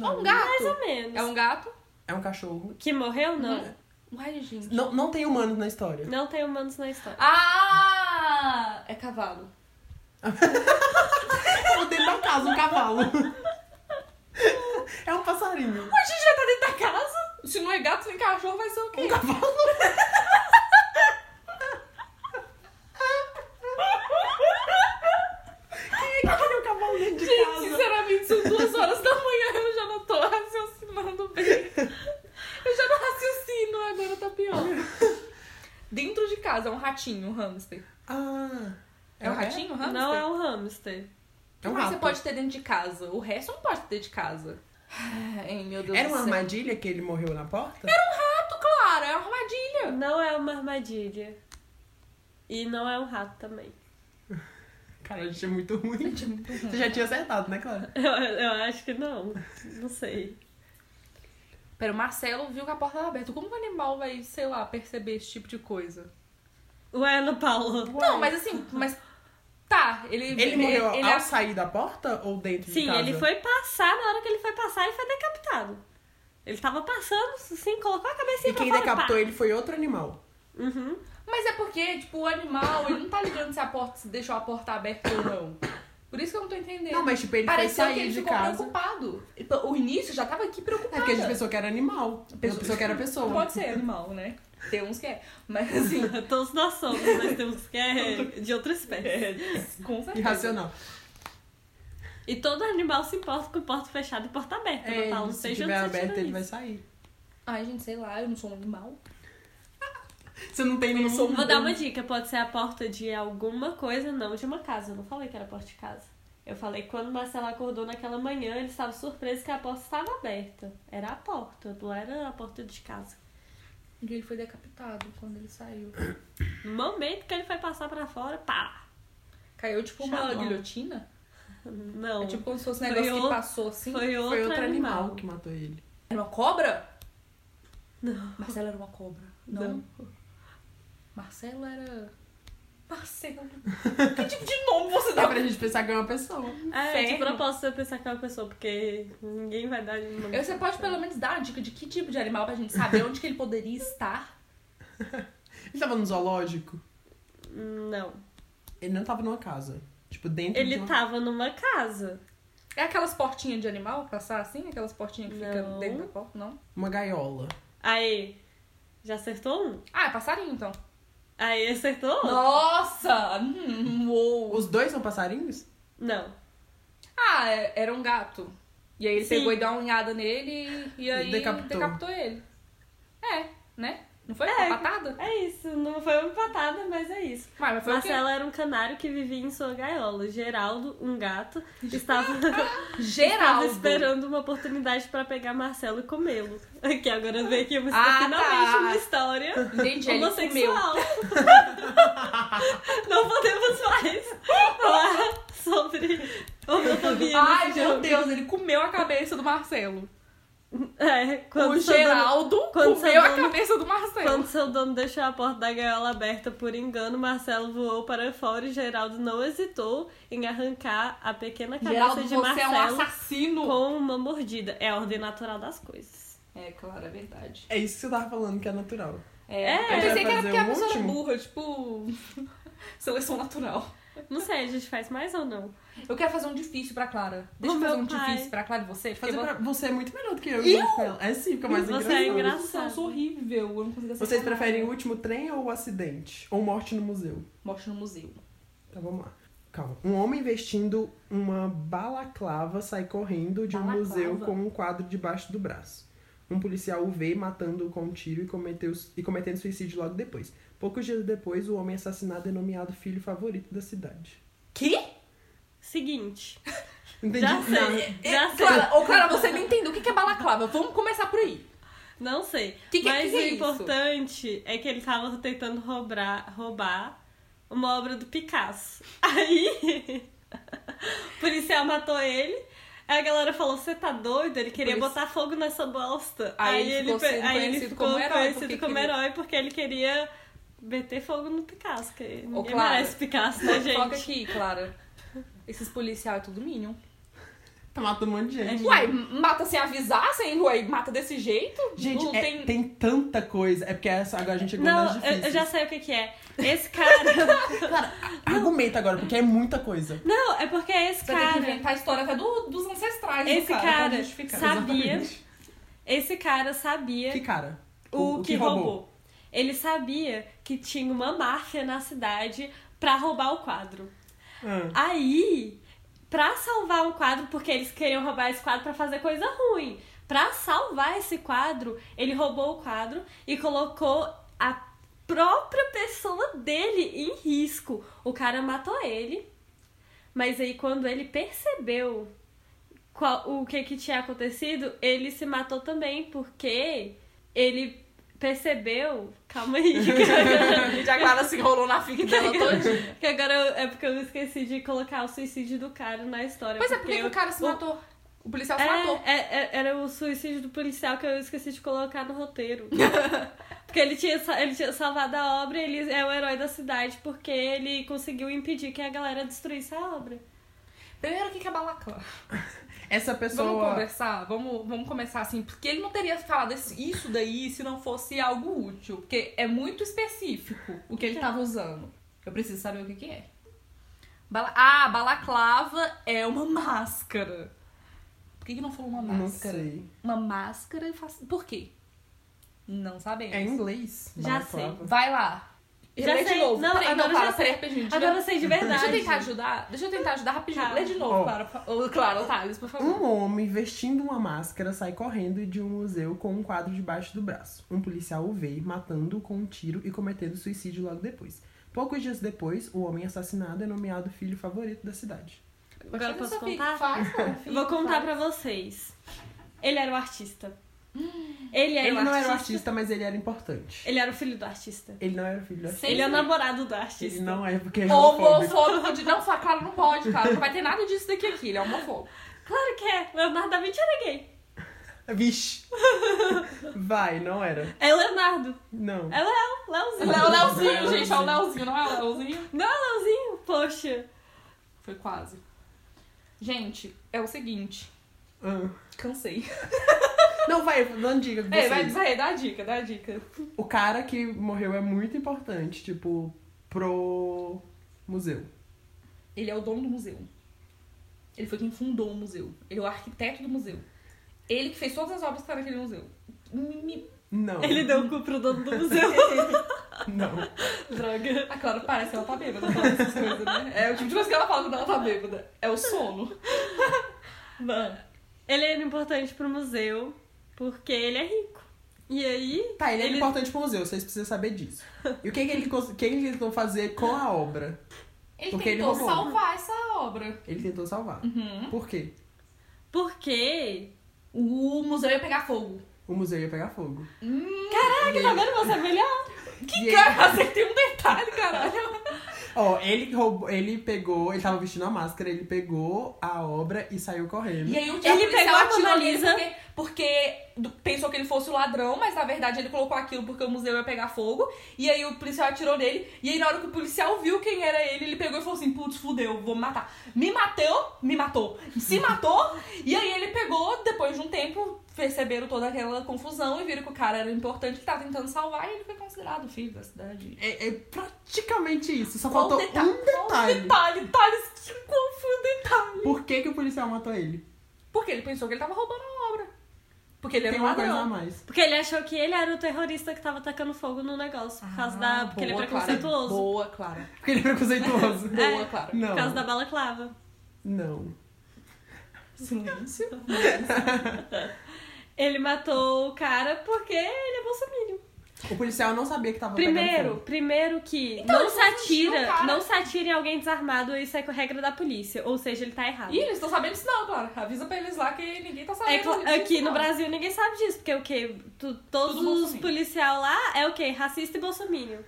A: um
C: Mais
A: gato.
C: ou menos.
A: É um Uhum. gato?
B: É um cachorro.
C: Que morreu, não?
A: Uai, gente.
B: Não, não tem humanos na história.
C: Não tem humanos na história.
A: Ah! É cavalo. é
B: Ou dentro da casa, um cavalo. [LAUGHS] é um
A: [LAUGHS]
B: passarinho.
A: Mas a gente já tá dentro da casa? Se não é gato nem cachorro, vai ser o quê?
B: Um cavalo.
A: Quem é que
B: Olha o cavalo dentro de é
A: Gente,
B: um
A: é
B: casa.
A: tá de casa, é um ratinho, um hamster.
B: Ah.
A: É, um ratinho, um hamster?
C: Não é um hamster.
A: O é que
B: Então
A: mais você pode ter dentro de casa? O resto não pode ter de casa. Ai, meu Deus
B: Era
A: do
B: uma
A: céu.
B: armadilha que ele morreu na porta?
A: Rato, claro, é uma armadilha.
C: Não é uma armadilha. E não é um rato também. [LAUGHS]
B: Cara, a gente é muito ruim.
A: um- Gente, é muito ruim.
B: Você já tinha acertado, né, Clara?
C: Eu, eu acho que não. Não sei.
A: Pera, o Marcelo viu que a porta tava aberta. Como o animal vai, sei lá, perceber esse tipo de coisa?
C: Ué, Ana Paula.
A: Não, mas assim, mas. Tá, ele.
B: Ele morreu
A: ele- é-
B: ao sair da porta ou dentro de
C: Sim,
B: casa?
C: ele foi passar, na hora que ele foi passar, ele foi decapitado. Ele tava passando, sim, colocou a cabecinha
B: E quem
C: pra fora,
B: decapitou
C: pá.
B: ele foi outro animal.
C: Uhum.
A: Mas é porque, tipo, o animal, ele não tá ligando se a porta se deixou a porta aberta ou não. Por isso que eu não tô entendendo.
B: Não, mas tipo, ele
A: Pareceu
B: foi
A: que
B: sair
A: ele
B: de
A: ficou
B: casa.
A: preocupado. Ele- O início já tava aqui
B: É
A: preocupado.
B: porque a gente pensou que era animal. A
A: Pessoa-
B: gente pensou que era pessoa.
A: Pode ser animal, né? Tem uns que é. Mas assim, [LAUGHS]
C: Todos nós somos, mas temos que é de outra espécie.
A: é, com certeza.
B: Irracional.
C: E todo animal se importa com porta fechada e porta
A: É,
C: aberta. Ana Paula, não
B: É, se
C: sei de
B: tiver
C: onde você
B: aberto,
C: tirou
B: ele vai
C: isso.
B: sair.
A: Ai, gente, sei lá, eu não sou um animal.
B: Você não tem nenhum...
A: sou-
C: Vou dar uma dica, pode ser a porta de alguma coisa, não de uma casa. Eu não falei que era a porta de casa. Eu falei que quando o Marcelo acordou naquela manhã, ele estava surpreso que a porta estava aberta. Era a porta, não era a porta de casa.
A: E Um ele foi decapitado quando ele saiu.
C: No momento que ele foi passar pra fora, pá!
A: Caiu tipo uma
C: Shalom.
A: guilhotina?
C: Não.
A: É tipo como se fosse um
C: Foi
A: negócio que
C: outro-
A: passou assim.
C: foi, outro
B: Foi outro
C: animal.
B: animal que matou ele.
A: Era uma cobra?
C: Não.
A: Marcelo era uma cobra. Não.
C: Não.
A: Marcelo era. Marcelo. [LAUGHS] que tipo de nome você
B: Dá
A: dá pra
B: pra gente pensar que é uma pessoa.
C: É, de
A: Inferno.
C: propósito eu pensar que é uma pessoa, porque ninguém vai dar nenhum nome.
A: Eu- Você pode pelo menos dar uma dica de que tipo de animal pra gente saber onde que ele poderia estar?
B: Ele tava no zoológico?
C: Não.
B: Ele não tava numa casa. Tipo, dentro de
C: Ele
A: tá-
B: uma...
C: tava numa casa.
A: É aquelas portinhas de animal passar assim? Aquelas portinhas que fica
C: Não.
A: dentro da porta? Não.
B: Uma gaiola.
C: Aí, já acertou um?
A: Ah, é passarinho então.
C: Aí, acertou? um?
A: Nossa! Hum, uou.
B: Os dois são passarinhos?
C: Não.
A: Ah, é- era um gato. E aí ele
C: Sim.
A: pegou e deu uma unhada nele e, e aí
B: Decapitou.
A: decapitou. ele. É, né? Não foi?
C: É.
A: Uma patada?
C: É isso, não foi uma empatada, mas é isso.
A: Mas, mas foi
C: Marcelo era um canário que vivia em sua gaiola. Geraldo, um gato, estava, [LAUGHS]
A: o quê?
C: estava
A: Geraldo.
C: esperando uma oportunidade pra pegar Marcelo e comê-lo. Que agora vem aqui você
A: Ah,
C: finalmente
A: tá.
C: uma história
A: Gente, ele comeu. [LAUGHS]
C: homossexual. não podemos mais falar sobre homofobia.
A: Ai,
C: nesse
A: meu
C: jogo.
A: Deus, ele comeu a cabeça do Marcelo.
C: É, quando
A: o
C: seu dono-
A: Geraldo
C: quando seu
A: comeu a
C: dono-
A: cabeça do Marcelo.
C: Quando seu dono deixou a porta da gaiola aberta por engano, Marcelo voou para fora e Geraldo não hesitou em arrancar a pequena cabeça
A: Geraldo,
C: de
A: você é um
C: Marcelo
A: assassino.
C: com uma mordida. É a ordem natural das coisas.
A: É, claro, é verdade.
B: É isso que você tava falando, que é natural.
A: É,
C: É.
A: eu pensei que era
B: Vai fazer
A: porque a
B: o
A: pessoa era
B: último?
A: burra, tipo... [LAUGHS] Seleção natural.
C: Não sei, a gente faz mais ou não?
A: Eu quero fazer um difícil pra Clara. Deixa
C: Oh,
A: eu fazer
C: meu
A: um
C: pai.
A: difícil pra Clara e você. porque
B: Fazer
A: eu vou-
B: pra- Você é muito melhor do que eu.
A: Eu?
B: junto com ela. É sim, fica mais
C: Você é
B: engraçado.
C: engra-
A: Nossa, eu sou um horrível. Eu não consigo acertar
B: Vocês
A: nada.
B: preferem o último trem ou o acidente? Ou morte no museu?
A: Morte no museu.
B: Tá, vamos lá. Calma. Um homem vestindo uma balaclava sai correndo de um
A: Balaclava?
B: museu com um quadro debaixo do braço. Um policial o vê matando-o com um tiro e, cometeu, e cometendo suicídio logo depois. Poucos dias depois, o homem assassinado é nomeado filho favorito da cidade.
A: Que?
C: Seguinte.
B: Entendi.
C: Já
B: Não.
C: sei. Já sei.
A: É, Clara, ô Clara, você não entendeu o que que é balaclava. Vamos começar por aí.
C: Não sei.
A: Que que-
C: Mas
A: que
C: o
A: que é isso?
C: importante é que ele tava tentando roubar, roubar uma obra do Picasso. [LAUGHS] Aí o policial matou ele. Aí a galera falou: Você tá doido? Ele queria
A: Polici-
C: botar fogo nessa bosta.
A: Aí ele ficou
C: pe-
A: sendo
C: aí ele
A: conhecido
C: ficou
A: como herói,
C: conhecido
A: porque
C: como
A: queria-
C: herói porque ele queria meter fogo no Picasso. Que ninguém
A: Clara,
C: merece Picasso, né,
A: [LAUGHS] Foca
C: gente?
A: aqui, Clara. Esses policiais é tudo minion.
B: Tá matando um monte de gente.
A: Uai, mata sem avisar, sem... Uai, mata desse jeito?
B: Gente,
A: não
B: é-
A: tem...
B: tem... tanta coisa. É porque essa, agora a gente chegou
C: Não,
B: nas
C: eu,
B: difíceis.
C: eu já sei o que, que é. Esse cara. [LAUGHS]
B: Argumenta agora, porque é muita coisa.
C: não, é porque esse
A: Você
C: cara.
A: tem que inventar a história até do- dos ancestrais do
C: Esse
A: pra
C: cara
A: justificar.
C: sabe- Sabia.
B: Exatamente.
C: Esse cara sabia
B: Que cara?
C: o, que, roubou. Ele sabia que tinha uma máfia na cidade pra roubar o quadro.
B: Ah.
C: Aí, pra salvar o quadro, porque eles queriam roubar esse quadro pra fazer coisa ruim. Pra salvar esse quadro, ele roubou o quadro e colocou a própria pessoa dele em risco. O cara matou ele, mas aí quando ele percebeu qual- o que, que tinha acontecido, ele se matou também, porque ele percebeu. Calma aí.
A: A [LAUGHS] gente agora se enrolou na fic
C: [LAUGHS]
A: dela
C: é,
A: todinha.
C: que agora eu- é porque eu esqueci de colocar o suicídio do cara na história.
A: Pois é, por que que
C: eu-
A: o cara se
C: o-
A: matou? O policial se matou.
C: É, é, é, era o suicídio do policial que eu esqueci de colocar no roteiro. [LAUGHS] porque ele tinha, sa- ele tinha salvado a obra e ele é o herói da cidade porque ele conseguiu impedir que a galera destruísse a obra.
A: Primeiro, o que que é balaclava?
B: Essa
A: Vamos
B: pessoa.
A: conversar? Vamos, vamos começar assim. Porque ele não teria falado esse- isso daí se não fosse algo útil. Porque é muito específico o que ele tava usando. Eu preciso saber o que que é. Bala- Ah, balaclava é uma máscara. Por que que não falou uma
B: Não
A: máscara?
B: sei.
A: Uma máscara faz... Por quê? Não sabemos.
B: É em inglês.
C: Já
B: balaclava.
A: Vai lá.
C: Já
A: Lê de
C: sei.
A: novo.
C: Não,
A: Peraí,
C: agora
A: não,
C: eu já
A: para,
C: sei.
A: peraí, rapidinho. Diga-
C: Agora eu sei de verdade.
A: Deixa eu tentar ajudar. Deixa eu tentar ajudar rapidinho.
C: Tá.
A: Lê de novo,
B: Ó.
A: para. Oh, claro, Thales, por favor.
B: Um homem vestindo uma máscara sai correndo de um museu com um quadro debaixo do braço. Um policial o vê, matando-o com um tiro e cometendo suicídio logo depois. Poucos dias depois, o homem assassinado é nomeado filho favorito da cidade.
C: Agora eu posso
A: Sophie,
C: contar?
A: Faz, não, filho,
C: Vou contar
A: faz.
C: pra vocês. Ele era o artista. Ele era
B: ele
C: É, o
B: não era o
C: artista.
B: artista, mas ele era importante.
C: Ele era o filho do artista.
B: Ele não era o filho do artista.
A: Sempre.
C: Ele é o namorado do artista.
B: Ele não é porque é homofóbico.
A: Homofóbico de. Não, fa- claro, não pode, cara. Não vai ter nada disso daqui aqui. Ele é homofóbico. [LAUGHS]
C: Claro que é. Leonardo da Vinci era gay.
B: Vixe. Vai, não era.
C: É Leonardo.
B: Não.
C: É Léo. Léozinho.
A: É o Leozinho, gente. É o Leozinho, não é o Leozinho?
C: Não é Leozinho? Poxa.
A: Foi quase. Gente, é o seguinte.
B: Ah.
A: Cansei.
B: Não, vai, não diga.
A: É,
B: você.
A: vai dizer, dá a dica, dá a dica.
B: O cara que morreu é muito importante, tipo, pro museu.
A: Ele é o dono do museu. Ele foi quem fundou o museu. Ele é o arquiteto do museu. Ele que fez todas as obras que estão naquele museu. Me- me-
B: Não.
C: Ele deu o cu pro dono do museu.
A: [LAUGHS]
B: Não.
C: Droga.
A: A Clara parece que ela tá bêbada falando essas coisas, né? É o tipo de coisa que ela fala quando ela tá bêbada. É o sono. Mano.
C: Ele era importante pro museu porque ele é rico. E aí...
B: Tá, ele, é importante pro museu, vocês precisam saber disso. E o que, que, ele, cons- o que que eles vão fazer com a obra?
A: Ele Uhum.
B: Porque ele
A: tentou
B: roubou.
A: salvar essa obra.
B: Ele tentou salvar. Por quê?
C: Porque...
A: O museu ia pegar fogo.
B: O museu ia pegar fogo.
C: Caraca, tá vendo? Você é melhor.
A: Que
B: E
A: cara, acertei um detalhe, caralho.
B: Ó, ele roubou, ele pegou, ele tava vestindo a máscara, ele pegou a obra e saiu correndo.
A: E aí o
C: Ele
A: ele
C: pegou
A: policial
C: a
A: atirou
C: Mona
A: nele
C: Lisa.
A: porque, porque do- pensou que ele fosse o ladrão, mas na verdade ele colocou aquilo porque o museu ia pegar fogo. E aí o policial atirou nele. E aí na hora que o policial viu quem era ele, ele pegou e falou assim: putz, fudeu, vou me matar. Me matou, me matou.
C: [LAUGHS]
A: Se matou. e aí ele pegou, depois de um tempo, perceberam toda aquela confusão e viram que o cara era importante, que tava tentando salvar, e ele foi considerado o filho da cidade.
B: É, é praticamente isso, só
A: Qual
B: faltou
A: deta-
B: um detalhe.
A: Qual detalhe, Thales, que- qual foi o detalhe?
B: Por que, que o policial matou ele?
A: Porque ele pensou que ele tava roubando a obra. Porque ele era
B: Tem
A: um
B: uma coisa a
A: ladrão.
B: mais.
C: Porque ele achou que ele era o terrorista que tava tacando fogo no negócio. Por causa da... Porque ele é
A: Ah, Boa, Clara.
C: preconceituoso. É,
A: Boa, Clara.
B: Porque ele é preconceituoso.
A: Boa, Clara.
B: Não.
C: Por causa da balaclava.
B: [LAUGHS] Não.
A: Silêncio.
C: Ele matou o cara porque ele é bolsominion.
B: O policial não sabia que tava
C: Primeiro,
B: pegando
C: primeiro que
A: Então,
C: não
A: ele
C: se
A: não fugiu,
C: atira,
A: cara.
C: não se atira em alguém desarmado, isso é regra da polícia, ou seja, ele tá errado.
A: Ih, eles estão sabendo disso não, Clara. Avisa pra eles lá que ninguém tá
C: É
A: sabendo.
C: cla-
A: disso,
C: aqui no
A: não.
C: Brasil ninguém sabe disso, porque é o quê? Tu- todos
A: Tudo
C: os
A: bolsominion.
C: policial lá é o quê? Racista e bolsominion.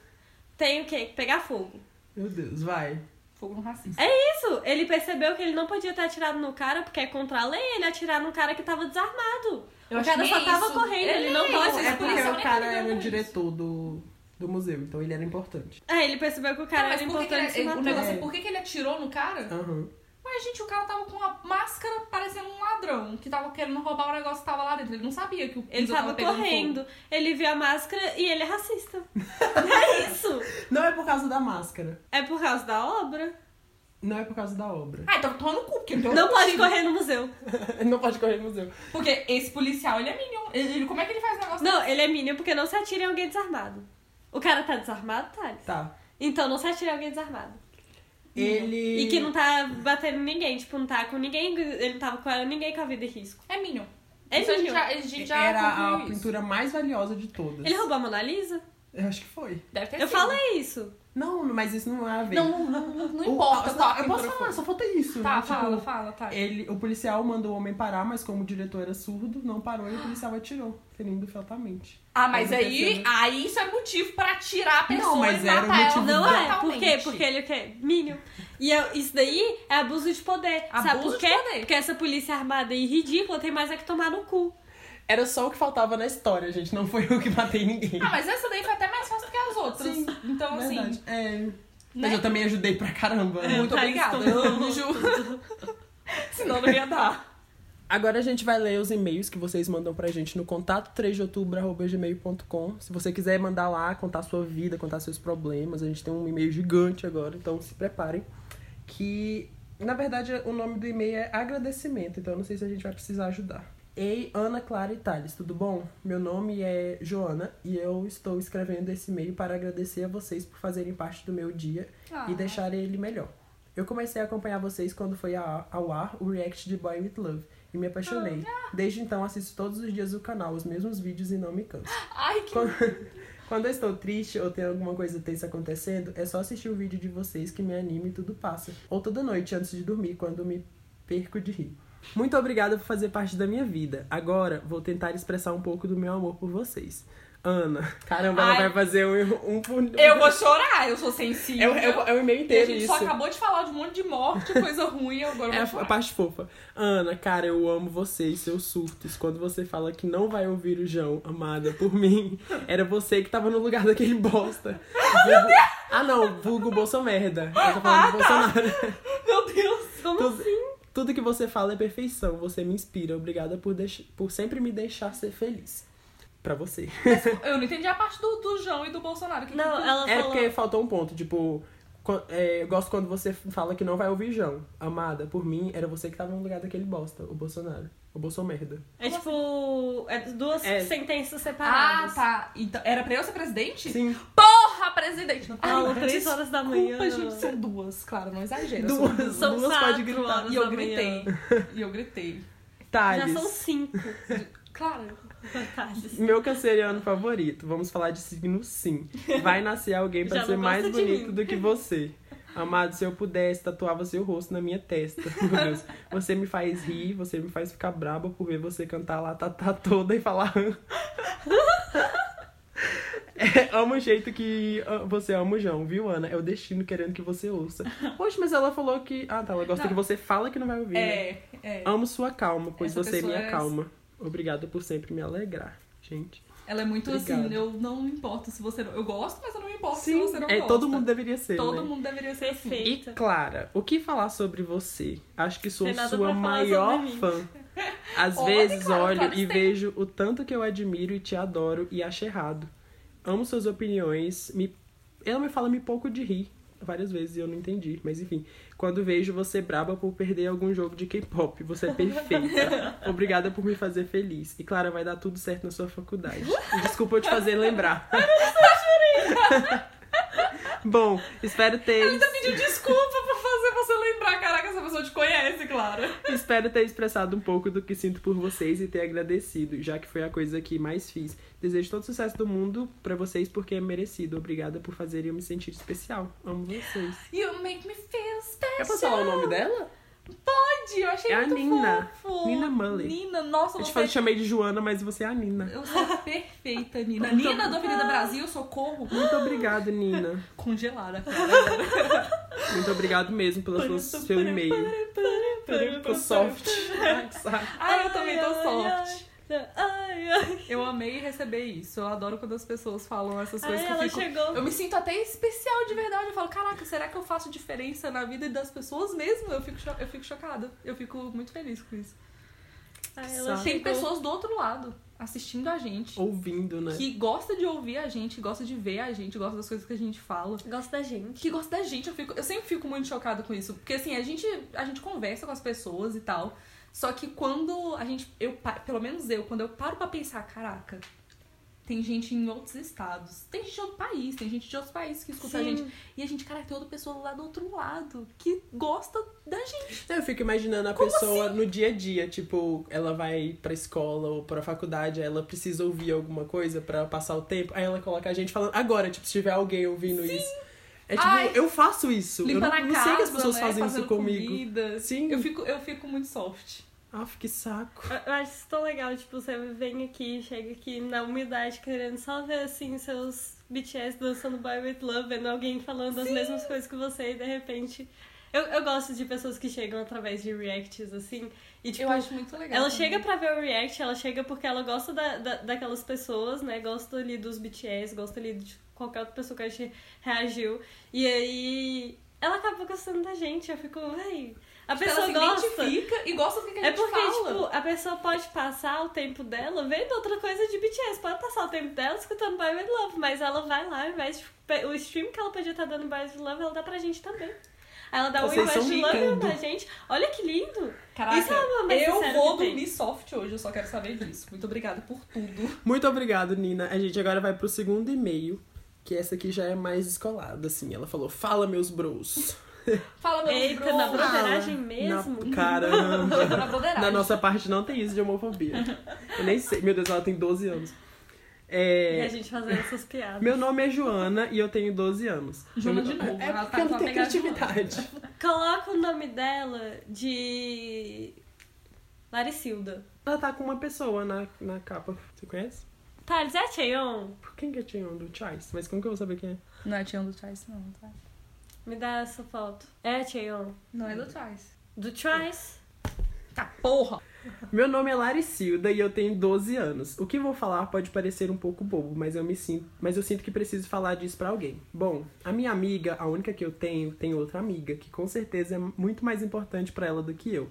C: Tem o quê? Pegar fogo.
B: fogo. Meu Deus, vai.
A: Fogo no racismo.
C: É isso! Ele percebeu que ele não podia ter atirado no cara, porque é contra a lei ele atirar num cara que tava desarmado. o cara só tava correndo, ele não pode.
A: Vocês
B: É porque
A: policial
B: o
A: nem
B: cara
A: ligaram
B: era
A: pra
B: o
A: isso.
B: diretor do, do museu, então ele era importante.
C: É, ele percebeu que o cara
A: Cara, mas
C: era
A: por que, que
C: importante Então. e se
A: ele, o
C: matou.
A: negócio é por que, que ele atirou no cara?
B: Aham.
A: Mas, gente, o cara tava com uma máscara parecendo um ladrão que tava querendo roubar o negócio que tava lá dentro. Ele não sabia que o
C: Ele
A: piso
C: tava
A: pegando
C: correndo, ele viu a máscara e ele é
A: [LAUGHS]
C: racista. é isso!
B: Não é por causa da máscara.
C: É por causa da obra.
B: Não é por causa da obra. [LAUGHS]
A: fogo. Ah, então toma no cu, porque ele deu
C: Não
A: um
C: pode
A: tiro.
C: correr no museu.
B: não pode correr no museu.
A: Porque esse policial, ele é minion. Ele, ele- como é que ele faz o negócio?
C: Não, ele é mínimo porque não se atira em alguém desarmado. O cara tá desarmado, Thales?
B: Tá.
C: Então não se atira em alguém desarmado.
B: Ele.
C: E que não tá batendo em ninguém, tipo, não tá com ninguém, ele não tava com ninguém com a vida em risco.
A: É minion.
C: É
A: Isso a gente
C: minion.
A: já, a gente já
B: era a
A: concluiu isso.
B: pintura mais valiosa de todas.
C: Ele roubou a Mona Lisa?
B: Eu acho que foi.
A: Deve ter
C: Eu
A: sido.
C: falei isso.
B: Não, mas isso não é a ver.
A: Não, não, não, não
B: O-
A: importa.
B: ah,
A: toca
B: eu
A: o
B: posso
A: microfone.
B: falar, só falta isso.
A: Tá,
B: Tipo,
A: fala, fala, tá.
B: Ele, o policial mandou o homem parar, mas como o diretor era surdo, não parou e o policial atirou, ferindo fatamente.
A: Ah, mas
B: Ele
A: aí,
B: desceu, né?
A: aí isso é motivo pra tirar a pessoa
B: Não, mas
A: e
B: era
A: matar
B: o motivo
A: ela
C: Não é, por
A: brutalmente.
C: quê? Porque ele quer mínimo. E eu- isso daí é abuso de poder. Sabe
A: Abuso
C: por
A: de
C: quê?
A: poder.
C: Porque essa polícia armada e ridícula tem mais é que tomar no cu.
B: Era só o que faltava na história, gente. Não foi eu que matei [LAUGHS] ninguém.
A: Ah, mas essa daí foi até mais fácil do que as outras.
B: Sim,
A: então,
B: Verdade.
A: assim,
B: É.
A: né?
B: Mas eu também ajudei pra caramba. né?
A: Muito
C: Tá,
A: obrigada.
C: estou-
A: Eu [LAUGHS] juro. Senão não ia dar.
B: Agora a gente vai ler os e-mails que vocês mandam pra gente no contato 3 de outubro, arroba gmail.com. Se você quiser mandar lá, contar sua vida, contar seus problemas, a gente tem um e-mail gigante agora, então se preparem. Que, na verdade, o nome do e-mail é agradecimento, então eu não sei se a gente vai precisar ajudar. Ei, Ana Clara e Thales, tudo bom? Meu nome é Joana e eu estou escrevendo esse e-mail para agradecer a vocês por fazerem parte do meu dia e deixar ele melhor. Eu comecei a acompanhar vocês quando foi a- ao ar o react de Boy With Love e me
A: Ah,
B: apaixonei. Desde então assisto todos os dias o canal, os mesmos vídeos e não me canso.
A: Ai, Ah, que...
B: Quando, [LAUGHS] quando eu estou triste ou tem alguma coisa tensa acontecendo, é só assistir o vídeo de vocês que me anima e tudo passa. Ou toda noite antes de dormir, quando me perco de rir. Muito obrigada por fazer parte da minha vida. Agora vou tentar expressar um pouco do meu amor por vocês. Ana, caramba, ela
A: Ai.
B: vai fazer um, um por-
A: Eu vou chorar, eu sou sensível.
B: É o- é o- é o e-mail
A: E a
B: inteiro
A: gente
B: isso.
A: só acabou de falar de um monte de morte, coisa ruim, e agora
B: É
A: eu vou
B: a a
A: chorar.
B: parte fofa. Ana, cara, eu amo você e seus surtos. Quando você fala que não vai ouvir o João, amada, por
C: [LAUGHS]
B: mim, era você que tava no lugar daquele bosta. Vulgo- Ah, não, vulgo Bolsomerda. Eu tô
C: Ah,
B: falando
C: tá.
B: do Bolsonaro.
A: Meu Deus, como
B: Tudo-
C: assim?
B: Tudo que você fala é perfeição. Você me inspira. Obrigada por, deix... por sempre me deixar ser feliz. Pra você.
A: Eu não entendi a parte do, do João e do Bolsonaro. Que
C: Não,
A: que...
C: ela
B: É
C: falou.
B: porque faltou um ponto, tipo. co- é, eu gosto quando você fala que não vai ouvir João. Amada, por mim, era você que tava no lugar daquele bosta, o Bolsonaro. O Bolsomerda.
C: É tipo. É duas
B: É.
C: sentenças
A: Ah,
C: separadas.
A: tá. Então, era pra eu ser presidente?
B: Sim.
A: Porra, presidente! Não
C: Paulo, três horas da manhã.
A: Desculpa, gente, são duas, claro, não exagero. são
C: [LAUGHS]
B: Duas,
A: duas.
C: São
B: duas pode
C: quatro
B: gritar.
C: horas
A: E eu
C: da manhã.
A: gritei. E eu gritei.
C: Já são
B: Thales,
C: cinco.
A: Claro.
C: Thales.
B: meu canceriano favorito. Vamos falar de signo sim. Vai nascer alguém pra
C: [LAUGHS] Já
B: ser
C: não
B: mais
C: gosta de
B: bonito
C: mim.
B: do que você. Amado, se eu pudesse, tatuava seu rosto na minha testa. [LAUGHS] Meu Deus. Você me faz rir, você me faz ficar braba por ver você cantar lá tatá toda e falar. [LAUGHS] "Hã". É, amo o jeito que ah, você ama o João, viu, Ana? É o destino querendo que você ouça. Poxa, mas ela falou que. Ah, tá. Ela gosta
A: Não.
B: que você fala que não vai ouvir. né?
A: É, é.
B: Amo sua calma, pois
A: Essa
B: você é
A: pessoa
B: minha
A: é-
B: calma. Obrigada por sempre me alegrar, gente.
A: Ela é muito assim,
B: Obrigado.
A: eu não me importo se você não. Eu gosto, mas eu não me importo se você não
B: é,
A: gosta.
B: todo mundo deveria ser,
A: Todo
B: né?
A: mundo deveria ser assim.
C: Perfeito.
B: E Clara, o que falar sobre você? Acho que sou
C: Tem nada
B: sua
C: pra falar
B: maior
C: sobre mim. [LAUGHS]
B: fã. Às
A: Olha,
B: vezes
A: Clara,
B: olho
A: Clara
B: e
A: Stein.
B: vejo o tanto que eu admiro e te adoro e acho errado. Amo suas opiniões. Me... Ela me fala me pouco de rir. Várias vezes e eu não entendi, mas enfim. Quando vejo você braba por perder algum jogo de K-pop, você é
C: [LAUGHS]
B: perfeita. Obrigada por me fazer feliz. E Clara, vai dar tudo certo na sua faculdade. Desculpa eu te fazer
C: [LAUGHS]
B: lembrar. [LAUGHS] Bom, espero ter.
A: Ela ainda pediu desculpa pra fazer você lembrar. Caraca, essa pessoa te conhece, Clara.
B: Espero ter expressado um pouco do que sinto por vocês e ter agradecido, já que foi a coisa que mais fiz. Desejo todo o sucesso do mundo pra vocês porque é merecido. Obrigada por fazerem eu me sentir especial. Amo vocês.
A: You make me feel special.
B: Quer passar o nome dela?
A: Pode, eu achei
B: É a
A: muito
B: Nina.
A: fofo.
B: Nina Mullen.
A: Nina, nossa,
B: Eu te
A: você
B: falei, chamei de Joana, mas você é a Nina.
A: Eu sou perfeita, Nina. Nina do Avenida Brasil, socorro.
B: Muito obrigado, Nina.
A: Congelada.
B: Muito obrigado mesmo pelo seu- seu e-mail. Tô soft. [LAUGHS] Ai, que saco.
A: Ai, eu também tô soft.
C: Então, Ai, ai.
A: Eu amei receber isso. Eu adoro quando as pessoas falam essas
C: Ai,
A: coisas que eu
C: ela
A: fico-
C: chegou.
A: Eu me sinto até especial de verdade. Eu falo, caraca, será que eu faço diferença na vida das pessoas mesmo? Eu fico, cho- eu fico chocada. Eu fico muito feliz com isso.
C: Ai, ela
B: Sabe?
A: Tem
C: chegou.
A: pessoas do outro lado assistindo a gente.
B: Ouvindo, né?
A: Que gosta de ouvir a gente, gosta de ver a gente, gosta das coisas que a gente fala.
C: Gosta da gente.
A: que gosta da gente. Eu, fico, eu sempre fico muito chocada com isso. Porque assim, a gente, a gente conversa com as pessoas e tal. Só que quando a gente. Eu, pa- pelo menos eu, quando eu paro pra pensar, caraca, Tem gente em outros estados, tem gente de outro país, tem gente de outros países que escuta a
C: Sim.
A: gente. E a gente, cara, tem outra pessoa lá do outro lado que gosta da gente.
B: Eu fico imaginando a pessoa
A: assim?
B: no dia a dia, tipo, ela vai pra escola ou pra faculdade, aí ela precisa ouvir alguma coisa pra passar o tempo, aí ela coloca a gente falando agora, tipo, se tiver alguém ouvindo isso. É tipo,
A: Ai.
B: eu faço isso. eu
A: Limpa
B: não,
A: na
B: não
A: casa,
B: sei que as pessoas
A: né?
B: fazem
A: Fazendo
B: isso comigo.
A: Comida.
B: Sim.
A: Eu fico, eu fico muito soft.
B: Aff, que saco.
C: Eu- Eu acho isso tão legal, tipo, você vem aqui, chega aqui na umidade querendo só ver, assim, seus BTS dançando Boy With Love, vendo alguém falando as mesmas coisas que você e de repente... Eu, eu gosto de pessoas que chegam através de reacts, assim, e tipo...
A: eu acho muito legal.
C: Ela
A: também.
C: chega pra ver o react, ela chega porque ela gosta da, da- daquelas pessoas, né? Gosta ali dos BTS, gosta ali de qualquer outra pessoa que a gente reagiu. E aí ela acaba gostando da gente. Eu fico, véi. A
A: Tipo,
C: pessoa
A: ela se
C: gosta.
A: identifica e gosta do que a gente
C: É porque,
A: fala.
C: tipo, a pessoa pode passar o tempo dela vendo outra coisa de BTS. Pode passar o tempo dela escutando Boy With Love, mas ela vai lá, ao invés de pe- o stream que ela podia estar dando Boy With Love, ela dá pra gente também. Aí ela dá o um
B: Vocês
C: Invite
B: são
C: Love
B: tudo.
C: pra gente. Olha que lindo!
A: Caraca,
C: Isso é o amor mais
A: eu
C: sincero
A: vou
C: que tem.
A: dormir soft hoje, eu só quero saber disso. Muito obrigada por tudo.
B: Muito obrigado, Nina. A gente agora vai pro segundo e-mail, que essa aqui já é mais escolada, assim. Ela falou, fala, meus bros.
A: Fala, meu
C: Eita,
A: bro.
C: na
A: Ah,
C: broderagem
B: Na...
A: [LAUGHS]
C: mesmo?
B: Caramba.
A: chegou na broderagem.
B: Na nossa parte não tem isso de homofobia. Eu nem sei. Meu Deus, ela tem 12 anos.
C: E a
B: É...
C: gente fazendo essas piadas.
B: Meu nome é Joana e eu tenho 12 anos.
A: tá Joana de
B: Meu-
A: novo,
B: É
A: ela
B: porque
A: tá
B: eu
A: com a
B: não tenho
A: pegada de [LAUGHS]
B: criatividade.
C: Coloca o nome dela de. Laricilda.
B: Ela tá com uma pessoa na, na capa. Você conhece?
C: Thales, é Cheon?
B: Por quem que é Tion do Chais? Mas como que eu vou saber quem é?
A: Não é Tião do Trice, não, tá?
C: Me dá essa foto. É Cheon.
A: Não é do Trice.
C: Do Trice.
A: Tá, porra.
B: Meu nome é Laricilda e eu tenho 12 anos. O que vou falar pode parecer um pouco bobo, mas eu me sinto, mas eu sinto que preciso falar disso pra alguém. Bom, a minha amiga, a única que eu tenho, tem outra amiga que com certeza é muito mais importante pra ela do que eu.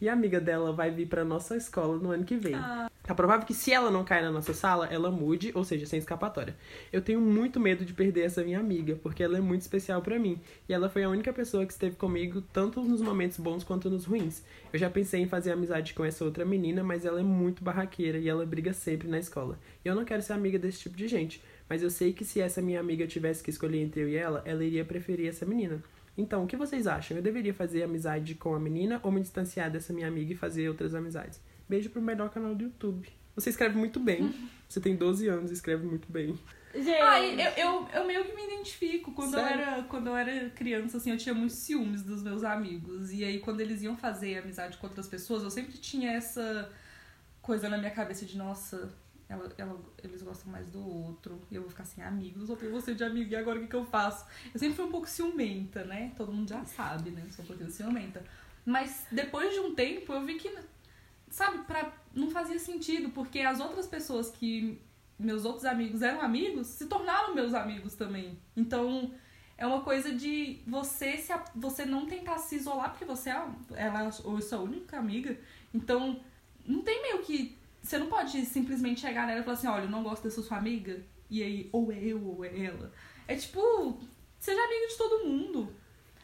B: E a amiga dela vai vir pra nossa escola no ano que vem. Tá provável que se ela não cair na nossa sala, ela mude, ou seja, sem escapatória. Eu tenho muito medo de perder essa minha amiga, porque ela é muito especial pra mim. E ela foi a única pessoa que esteve comigo, tanto nos momentos bons quanto nos ruins. Eu já pensei em fazer amizade com essa outra menina, mas ela é muito barraqueira e ela briga sempre na escola. E eu não quero ser amiga desse tipo de gente, mas eu sei que se essa minha amiga tivesse que escolher entre eu e ela, ela iria preferir essa menina. Então, o que vocês acham? Eu deveria fazer amizade com a menina ou me distanciar dessa minha amiga e fazer outras amizades? Beijo pro melhor canal do YouTube. Você escreve muito
A: [LAUGHS]
B: bem. Você tem 12 anos e escreve muito bem.
C: Gente.
A: Ai, eu, eu, eu meio que me identifico. Quando eu,
B: Sério?
A: era, quando eu era criança, assim, eu tinha muitos ciúmes dos meus amigos. E aí, quando eles iam fazer amizade com outras pessoas, eu sempre tinha essa coisa na minha cabeça de, nossa, ela, ela- eles gostam mais do outro. E eu vou ficar sem amigos, só tenho você de amigo, e agora o que, que eu faço? Eu sempre fui um pouco ciumenta, né? Todo mundo já sabe, né? Eu sou um pouquinho ciumenta. Mas depois de um tempo, eu vi que, sabe, pra, não fazia sentido, porque as outras pessoas que meus outros amigos eram amigos, se tornaram meus amigos também. Então, é uma coisa de você se a- você não tentar se isolar porque você é a- ela é a sua única amiga. Então, não tem meio que você não pode simplesmente chegar nela e falar assim, olha, eu não gosto dessa sua amiga. E aí, ou é eu ou é ela. É tipo, seja amigo de todo mundo.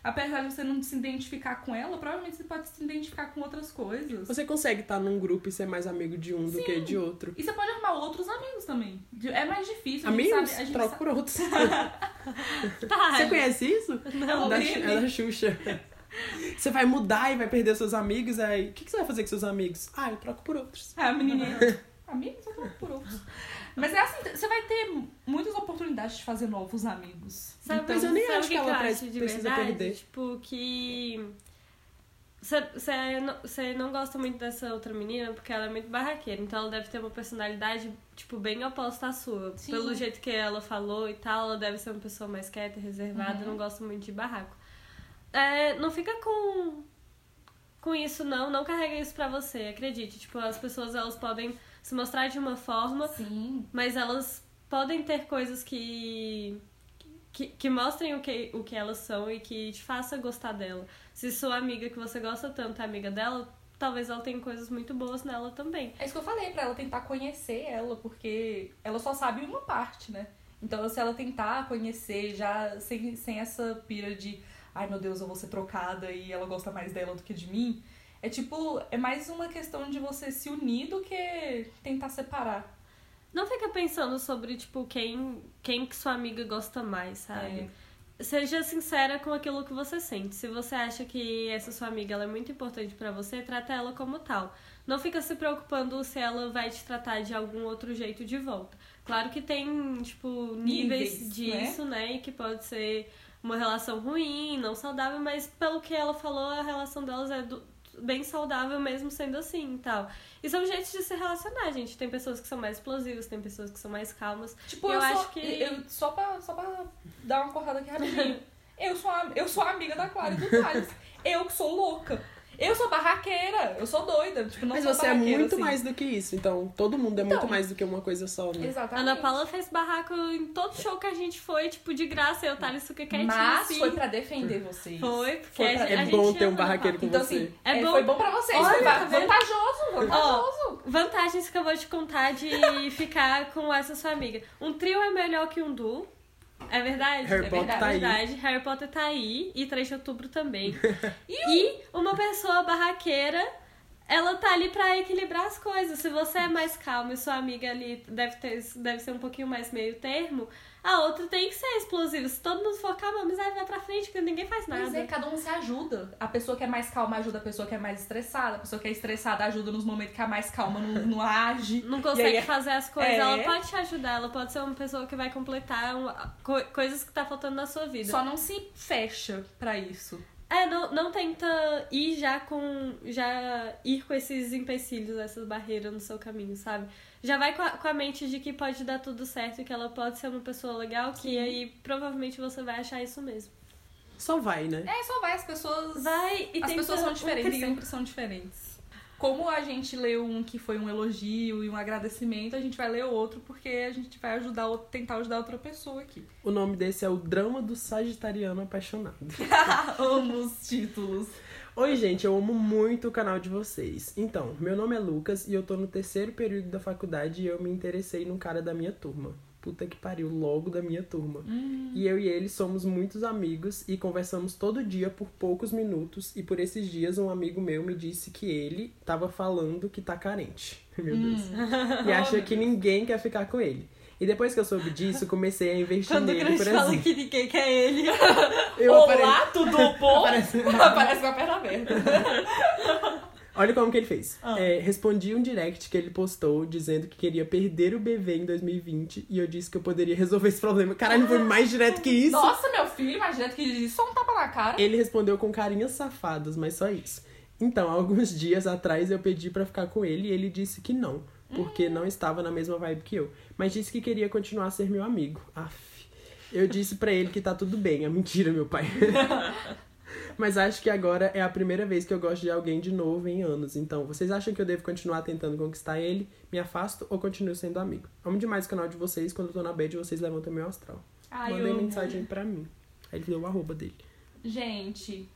A: Apesar de você não se identificar com ela, provavelmente você pode se identificar com outras coisas.
B: Você consegue estar num grupo e ser mais amigo de um do que de outro.
A: E você pode arrumar outros amigos também. De- É mais difícil. a gente
B: Amigos?
A: sabe- a gente
B: Troca
A: sabe-
B: por outros.
A: [LAUGHS]
B: Você
C: Thales.
B: conhece isso?
A: Não,
B: Da,
A: Lili.
B: é da Xuxa. Você vai mudar e vai perder seus amigos, aí. O que que você vai fazer com seus amigos? Ah, eu troco por outros.
A: Ah, [LAUGHS] menininha. Amigos ou não por outros? Mas é assim, você vai ter muitas oportunidades de fazer novos amigos.
C: Sabe,
B: Então, mas eu nem
C: sabe
B: acho
C: o
B: que ela pre-
C: acho é de
B: precisa
C: verdade?
B: perder.
C: Tipo, que. Você não, cê não gosta muito dessa outra menina porque ela é muito barraqueira. Então ela deve ter uma personalidade, tipo, bem oposta à sua.
A: Sim.
C: Pelo jeito que ela falou e tal, ela deve ser uma pessoa mais quieta, reservada,
B: Uhum.
C: não gosta muito de barraco. É, não fica com com isso não, não carrega isso pra você, acredite. Tipo, as pessoas elas podem se mostrar de uma forma,
A: Sim.
C: mas elas podem ter coisas que que, que mostrem o que, o que elas são e que te faça gostar dela. Se sua amiga que você gosta tanto é amiga dela, talvez ela tenha coisas muito boas nela também.
A: É isso que eu falei, pra ela tentar conhecer ela, porque ela só sabe uma parte, né? Então, se ela tentar conhecer já sem, sem essa pira de ai meu Deus, eu vou ser trocada e ela gosta mais dela do que de mim, é tipo, é mais uma questão de você se unir do que tentar separar.
C: Não fica pensando sobre, tipo, quem, quem que sua amiga gosta mais, sabe? Seja sincera com aquilo que você sente. Se você acha que essa sua amiga ela é muito importante pra você, trata ela como tal. Não fica se preocupando se ela vai te tratar de algum outro jeito de volta. Claro que tem, tipo, níveis,
A: Níveis,
C: disso, né? E que pode ser uma relação ruim, não saudável, mas pelo que ela falou, a relação delas é do- bem saudável mesmo sendo assim e tal. E são jeitos de se relacionar, gente. Tem pessoas que são mais explosivas, tem pessoas que são mais calmas.
A: Tipo,
C: Eu
A: eu, sou,
C: acho que-
A: eu- só, pra, só pra dar uma cortada aqui
C: [LAUGHS]
A: rapidinho. eu, sou a, eu sou a amiga da Clara e do Thales. Eu que sou louca. Eu sou barraqueira. Eu sou doida. Tipo, não
B: Mas
A: sou
B: você é
A: barraqueira,
B: muito
A: assim.
B: mais do que isso. Então, todo mundo é muito
A: Então.
B: mais do que uma coisa só, né?
A: Exatamente.
C: Ana Paula fez barraco em todo show que a gente foi, tipo, de graça. Eu, Thales, fica quietinho
A: Mas
C: assim.
A: foi pra defender vocês.
C: Foi, porque
A: Foi
C: a,
A: pra-
C: gente- a
B: É
C: gente
B: bom
C: ama
B: ter um
C: barraco.
B: barraqueiro com
A: Então,
B: você.
A: assim,
C: É
A: é,
C: bom-
A: foi bom pra vocês.
C: Olha,
A: foi
C: tá vendo?
A: vantajoso, vantajoso.
C: Vantagens que eu vou te contar de
B: [LAUGHS]
C: ficar com essa sua amiga. Um trio é melhor que um duo. É verdade?
B: Harry Potter
C: é verdade.
B: tá aí.
C: verdade. Harry Potter tá aí. E 3 de
B: [LAUGHS]
C: outubro também. e um, uma pessoa barraqueira, ela tá ali pra equilibrar as coisas. Se você é mais calmo e sua amiga ali deve, ter, deve ser um pouquinho mais meio termo, a outra tem que ser explosiva. Se todo mundo for calmo, a amizade vai pra frente, porque ninguém faz
A: Mas
C: nada.
A: é, cada um se ajuda. A pessoa que é mais calma ajuda a pessoa que é mais estressada. A pessoa que é estressada ajuda nos momentos que a mais calma não, não age.
C: não
A: E aí
C: consegue
A: é-
C: fazer as coisas,
A: é.
C: ela pode te ajudar, ela pode ser uma pessoa que vai completar um- co- coisas que tá faltando na sua vida.
A: Só não se fecha pra isso.
C: É, não, não tenta ir já com. já ir com esses empecilhos, essas barreiras no seu caminho, sabe? Já vai com a, com a mente de que pode dar tudo certo, que ela pode ser uma pessoa legal, que aí provavelmente você vai achar isso mesmo.
B: Só vai, né?
A: É, só vai, as pessoas.
C: Vai e
A: as
C: tenta
A: pessoas são
C: um
A: diferentes,
C: trio.
A: sempre são diferentes. Como a gente leu um que foi um elogio e um agradecimento, a gente vai ler outro porque a gente vai ajudar, o- tentar ajudar outra pessoa
B: [LAUGHS]
A: aqui.
B: O nome desse é o Drama do Sagitariano Apaixonado.
A: Amo os títulos.
B: Oi, gente, eu amo muito o canal de vocês. Então, meu nome é Lucas e eu tô no terceiro período da faculdade e eu me interessei num cara da minha turma. Puta que pariu, logo da minha turma.
C: Hum.
B: E eu e ele somos muitos amigos e conversamos todo dia por poucos minutos. E por esses dias, um amigo meu me disse que ele tava falando que tá carente. [LAUGHS] Meu
C: Hum.
B: Deus.
C: [LAUGHS]
B: E acha que ninguém quer ficar com ele. E depois que eu soube disso, comecei a investir
C: Quando o
B: nele
C: Crush
B: por
C: fala
B: exemplo.
C: que ninguém
A: [LAUGHS]
C: quer ele.
B: Eu apare-
A: Olá,
B: [LAUGHS]
A: tudo bom?
B: Aparece-
A: Aparece com a perna aberta.
B: Olha como que ele fez. É, respondi um direct que ele postou dizendo que queria perder o bebê em 2020 e eu disse que eu poderia resolver esse problema. Caralho, foi mais direto que isso.
A: Nossa, meu filho, imagina que isso é um tapa na cara.
B: Ele respondeu com carinhas safadas, mas só isso. Então, alguns [LAUGHS] dias atrás eu pedi pra ficar com ele e ele disse que não, porque não estava na mesma vibe que eu, mas disse que queria continuar a ser meu amigo. Aff. Eu disse pra ele que tá tudo bem, é mentira, meu
A: [LAUGHS]
B: pai. mas acho que agora é a primeira vez que eu gosto de alguém de novo em anos. Então, vocês acham que eu devo continuar tentando conquistar ele? Me afasto ou continuo sendo amigo? Amo demais o canal de vocês. Quando eu tô na bad, vocês levantam meu astral.
A: Ai,
B: Mandei
A: eu-
B: mensagem pra mim. Aí ele deu o arroba dele.
A: Gente,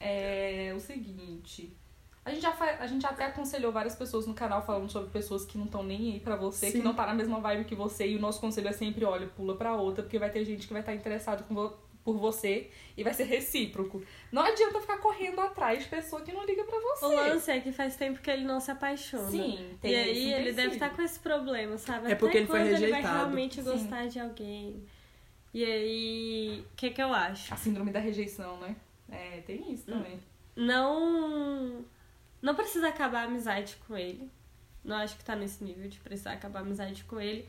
A: é o seguinte. A gente, já fa- a gente até aconselhou várias pessoas no canal falando sobre pessoas que não estão nem aí pra você,
B: Sim.
A: que não tá na mesma vibe que você. E o nosso conselho é sempre, olha, pula pra outra, porque vai ter gente que vai estar interessado com vo- por você e vai ser recíproco. Não adianta ficar correndo atrás de pessoa que não liga pra
C: O
A: você.
C: lance é que faz tempo que ele não se apaixona.
A: Sim, tem
C: Então, né? E aí
A: esse
C: ele deve tá
A: empecilho.
C: estar com esse problema, sabe?
B: É porque
C: Até
B: ele foi
C: quando Ele vai
B: rejeitado.
C: realmente
A: Sim.
C: gostar de alguém. E aí, o que que eu acho?
A: A síndrome da rejeição, né? É, tem isso
C: Hum,
A: também.
C: Não não precisa acabar a amizade com ele. Não acho que tá nesse nível de precisar acabar a amizade com ele.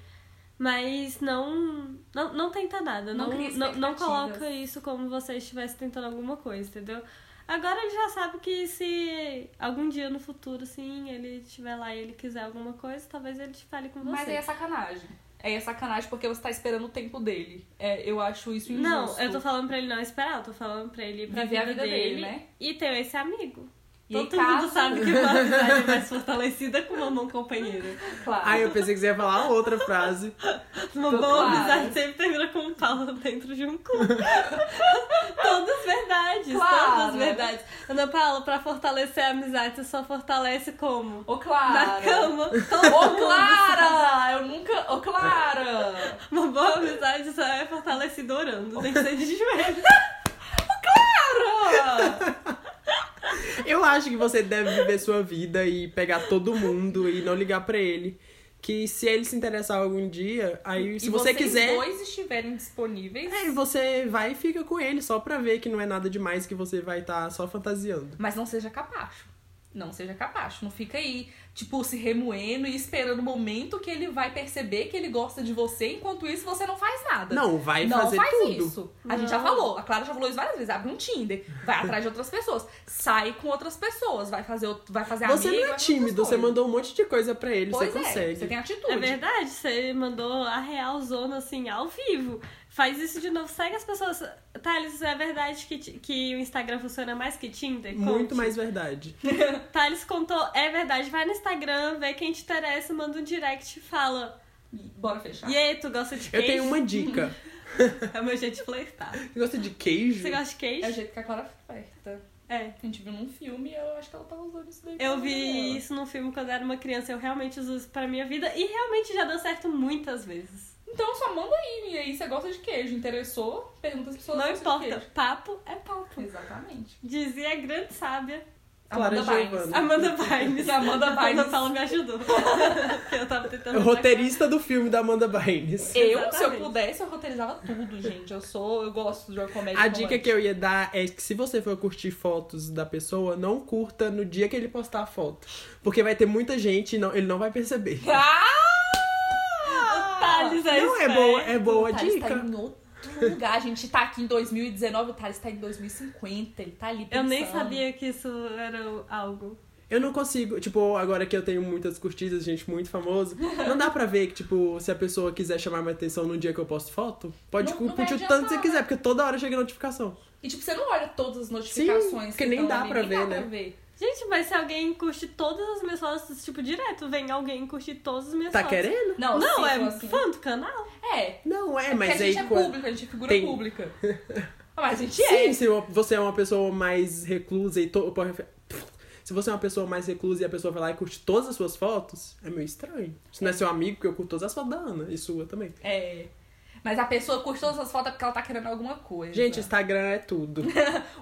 C: Mas não não, não tenta nada,
A: Não
C: não
A: cria
C: não, não
A: expectativas.
C: coloca isso como você estivesse tentando alguma coisa, entendeu? Agora ele já sabe que se algum dia no futuro, assim, ele estiver lá e ele quiser alguma coisa, talvez ele te fale com você.
A: Mas aí é sacanagem. Aí é sacanagem porque você tá esperando o tempo dele. É, eu acho isso injusto.
C: Não, eu tô falando pra ele não esperar, eu tô falando pra ele ir pra
A: Viver a vida dele,
C: dele
A: né?
C: E ter esse amigo.
A: E aí,
C: Todo mundo
A: caso-
C: sabe que
A: [LAUGHS]
C: uma amizade é mais fortalecida com uma mão companheira.
A: Claro.
B: Ai, eu pensei que você ia falar outra frase.
C: Uma
A: Tô
C: boa
A: clara.
C: amizade sempre termina com um pau dentro de um cu.
A: [LAUGHS]
C: todas verdades,
A: Claro.
C: todas verdades. Ana Paula, pra fortalecer a amizade, você só fortalece como?
A: Ô, Clara!
C: Na cama.
A: [LAUGHS]
C: Todo
A: Ô,
C: mundo
A: Clara! Eu nunca. Ô, Clara!
C: Uma boa amizade só é fortalecida orando. Tem que ser de joelho.
A: Cara!
B: Eu acho que você deve viver sua vida e pegar todo mundo e não ligar pra ele. que se ele se interessar algum dia, aí se
A: e
B: você
A: vocês
B: quiser.
A: dois estiverem disponíveis.
B: É, você vai e fica com ele só pra ver que não é nada demais que você vai estar só fantasiando.
A: Mas não seja capacho. Não seja capacho. Não fica aí, tipo, se remoendo e esperando o momento que ele vai perceber que ele gosta de você. Enquanto isso, você não faz nada.
B: Não, vai
A: não
B: fazer
A: faz
B: tudo.
A: isso. A gente
C: Não.
A: já falou, a Clara já falou isso várias vezes. Abre um Tinder, vai atrás de outras pessoas, sai com outras pessoas, vai fazer, outro- vai fazer amigo,
B: Você não
A: vai
B: é
A: fazer outras
B: tímido, você
A: coisas.
B: mandou um monte de coisa pra ele,
A: Pois
B: você
A: é,
B: consegue.
A: Você tem atitude.
C: É verdade, você mandou a real zona assim, ao vivo. Faz isso de novo, segue as pessoas. Thales, é verdade que, ti- que o Instagram funciona mais que Tinder?
B: Muito
C: Conte.
B: mais verdade.
C: Thales contou, é verdade, vai no Instagram, vê quem te interessa, manda um direct e fala.
A: Bora fechar.
C: E aí, tu gosta de
B: Tá. Eu
C: queijo?
B: tenho uma
A: [LAUGHS]
B: dica.
C: [LAUGHS] É o meu jeito
B: [LAUGHS]
C: de flertar.
B: Você gosta de queijo?
C: Você gosta de
A: É o
C: queijo?
A: jeito que a Clara flerta.
C: É.
A: A gente viu num filme e eu acho que ela tava usando isso daí. pra
C: Eu
A: fazer
C: vi
A: ela.
C: isso num filme quando eu era uma criança, eu realmente uso isso pra minha vida e realmente já deu certo muitas vezes.
A: Então só manda aí. E aí você gosta de queijo. Interessou? Pergunta se pessoas
C: Não
A: gostam de
C: importa,
A: queijo.
C: papo é papo.
A: Exatamente.
C: Dizia a grande sábia
B: Clara
A: Amanda Ah, Bynes.
B: Giovanna.
C: Amanda Bynes.
A: Amanda Bynes.
C: Amanda Paula me ajudou. [LAUGHS] eu tava tentando.
B: É o roteirista do filme da Amanda
A: Eu,
B: Bynes.
A: se eu
C: Exatamente.
A: pudesse, eu roteirizava tudo, gente. Eu sou, eu gosto de uma comédia.
B: A dica que eu ia dar é que se você for curtir fotos da pessoa, não curta no dia que ele postar a foto. Porque vai ter muita gente e não, ele não
A: [LAUGHS]
B: vai perceber.
A: Ah!
C: O Thales é
B: não, é
C: esperto.
B: boa, é boa
A: o Thales tá
B: dica.
A: em outro lugar. A gente tá aqui em 2019, o Thales tá em 2050. Ele tá ali
C: Eu
B: é
A: pensando.
C: nem sabia que isso era o- algo.
B: Eu não consigo, tipo, agora que eu tenho muitas curtidas, gente muito famoso, não dá pra ver que, tipo, se a pessoa quiser chamar minha atenção num dia que eu posto foto, pode
A: Não- não
B: curtir
A: vai
B: o tanto que você
A: adiantar,
B: quiser, porque toda hora chega notificação.
A: E tipo, você não olha todas as notificações.
B: porque
A: que
B: nem
A: tão
B: dá
A: ali,
B: pra
A: nem
B: ver,
A: dá
B: né?
A: pra ver.
C: Gente, mas se alguém curte todas as minhas fotos, tipo, direto, vem alguém curtir todas as minhas
B: Tá
C: fotos.
B: querendo?
A: Não,
C: Não,
A: sim,
C: é
A: assim.
C: fã do canal.
A: É,
B: Não, é,
A: porque
B: mas
A: a
B: aí.
A: gente é
B: quando-
A: público, a gente é figura
B: tem- [LAUGHS]
A: pública. Ah, Mas a gente
B: Sim,
A: é.
B: se você é uma pessoa mais reclusa e. To... Se você é uma pessoa mais reclusa e a pessoa vai lá e curte todas as suas fotos, é meio estranho. Se não é seu amigo, que eu curto todas as fotos da Ana e sua também.
A: É. Mas a pessoa curte todas as fotos porque ela tá querendo alguma coisa.
B: Gente, Instagram é tudo.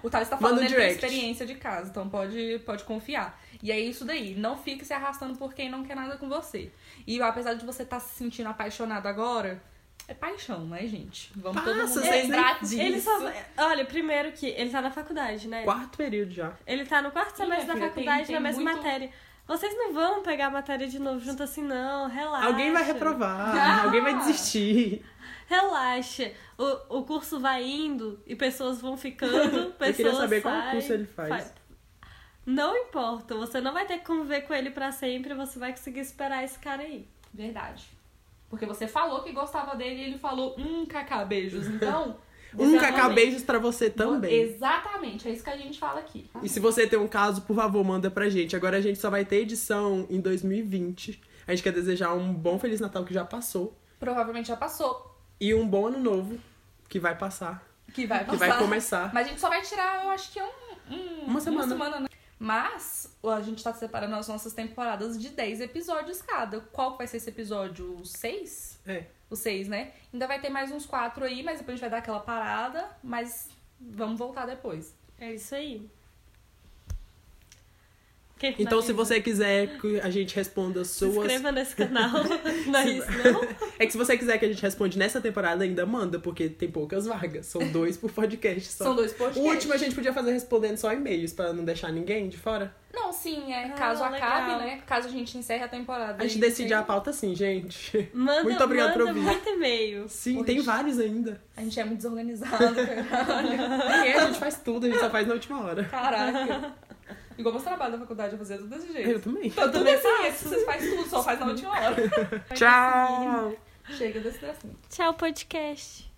A: O Thales tá
B: Manda
A: falando
B: um
A: ele tem
B: direct.
A: experiência de casa, então pode, pode confiar. E é isso daí, não fique se arrastando por quem não quer nada com você. E apesar de você estar se sentindo apaixonado agora, é paixão, né, gente? Vamos todo
B: Passa,
A: mundo
B: vocês nem
A: lembrar disso.
B: dizem.
C: Ele só. Olha, primeiro que ele tá na faculdade, né?
B: Quarto período já.
C: Ele tá no quarto
A: Sim,
C: semestre
A: minha
C: da
A: filha, tem-
C: faculdade,
A: tem
C: na mesma
A: muito-
C: matéria. Vocês não vão pegar a matéria de novo junto assim, não. Relaxa.
B: Alguém vai reprovar, alguém vai desistir.
C: Relaxa. O, o curso vai indo e pessoas vão ficando, pessoas
B: [LAUGHS] Eu queria saber qual
C: saem,
B: curso ele faz.
C: Não importa, você não vai ter que conviver com ele pra sempre, você vai conseguir esperar esse cara aí.
A: Verdade. Porque você falou que gostava dele e ele falou, hum, cacá, beijos. Então.
B: [LAUGHS] Um
A: exatamente.
B: cacá beijos pra você também.
A: Exatamente, é isso que a gente fala aqui.
B: E se você tem um caso, por favor, manda pra gente. Agora a gente só vai ter edição em 2020. A gente quer desejar um bom Feliz Natal que já passou.
A: Provavelmente já passou.
B: E um bom ano novo que vai passar.
A: Que vai
B: Que
A: passar.
B: vai começar.
A: Mas a gente só vai tirar, eu acho que um, um-
B: Uma semana.
A: né? Mas a gente tá separando as nossas temporadas de 10 episódios cada. Qual que vai ser esse episódio? O 6?
B: É.
A: O 6, né? Ainda vai ter mais uns 4 aí, mas depois a gente vai dar aquela parada. Mas vamos voltar depois.
C: É isso aí. Quem
B: Então, se
C: finaliza?
B: você quiser que a gente responda as
C: se
B: suas.
C: inscreva nesse canal.
B: [LAUGHS]
C: Não é isso, não?
B: É que se você quiser que a gente responda nessa temporada, ainda manda, porque tem poucas vagas.
A: [LAUGHS]
B: São dois por podcast só.
A: São dois
B: O
A: podcasts.
B: último a gente podia fazer respondendo só e-mails, pra não deixar ninguém de fora.
A: Não, sim, é
C: Ah,
A: caso acabe,
C: legal.
A: né? Caso a gente encerre a temporada.
B: A gente
A: E
B: decide
A: tem-
B: a pauta sim, gente. [LAUGHS]
C: Manda,
B: Muito obrigado por
C: manda
B: ouvir.
C: muito e-mail.
B: Sim,
A: Pois.
B: tem vários ainda.
A: A gente é muito desorganizado, [LAUGHS] caralho.
B: Nem é, a gente faz tudo, a gente só faz na última hora.
A: Caraca. [LAUGHS] Igual meus trabalhos da faculdade, eu fazia tudo desse jeito.
B: Eu também.
A: Eu também faço. Vocês fazem tudo, só faz na última hora.
B: Tchau!
A: Chega desse assunto.
C: Tchau, podcast.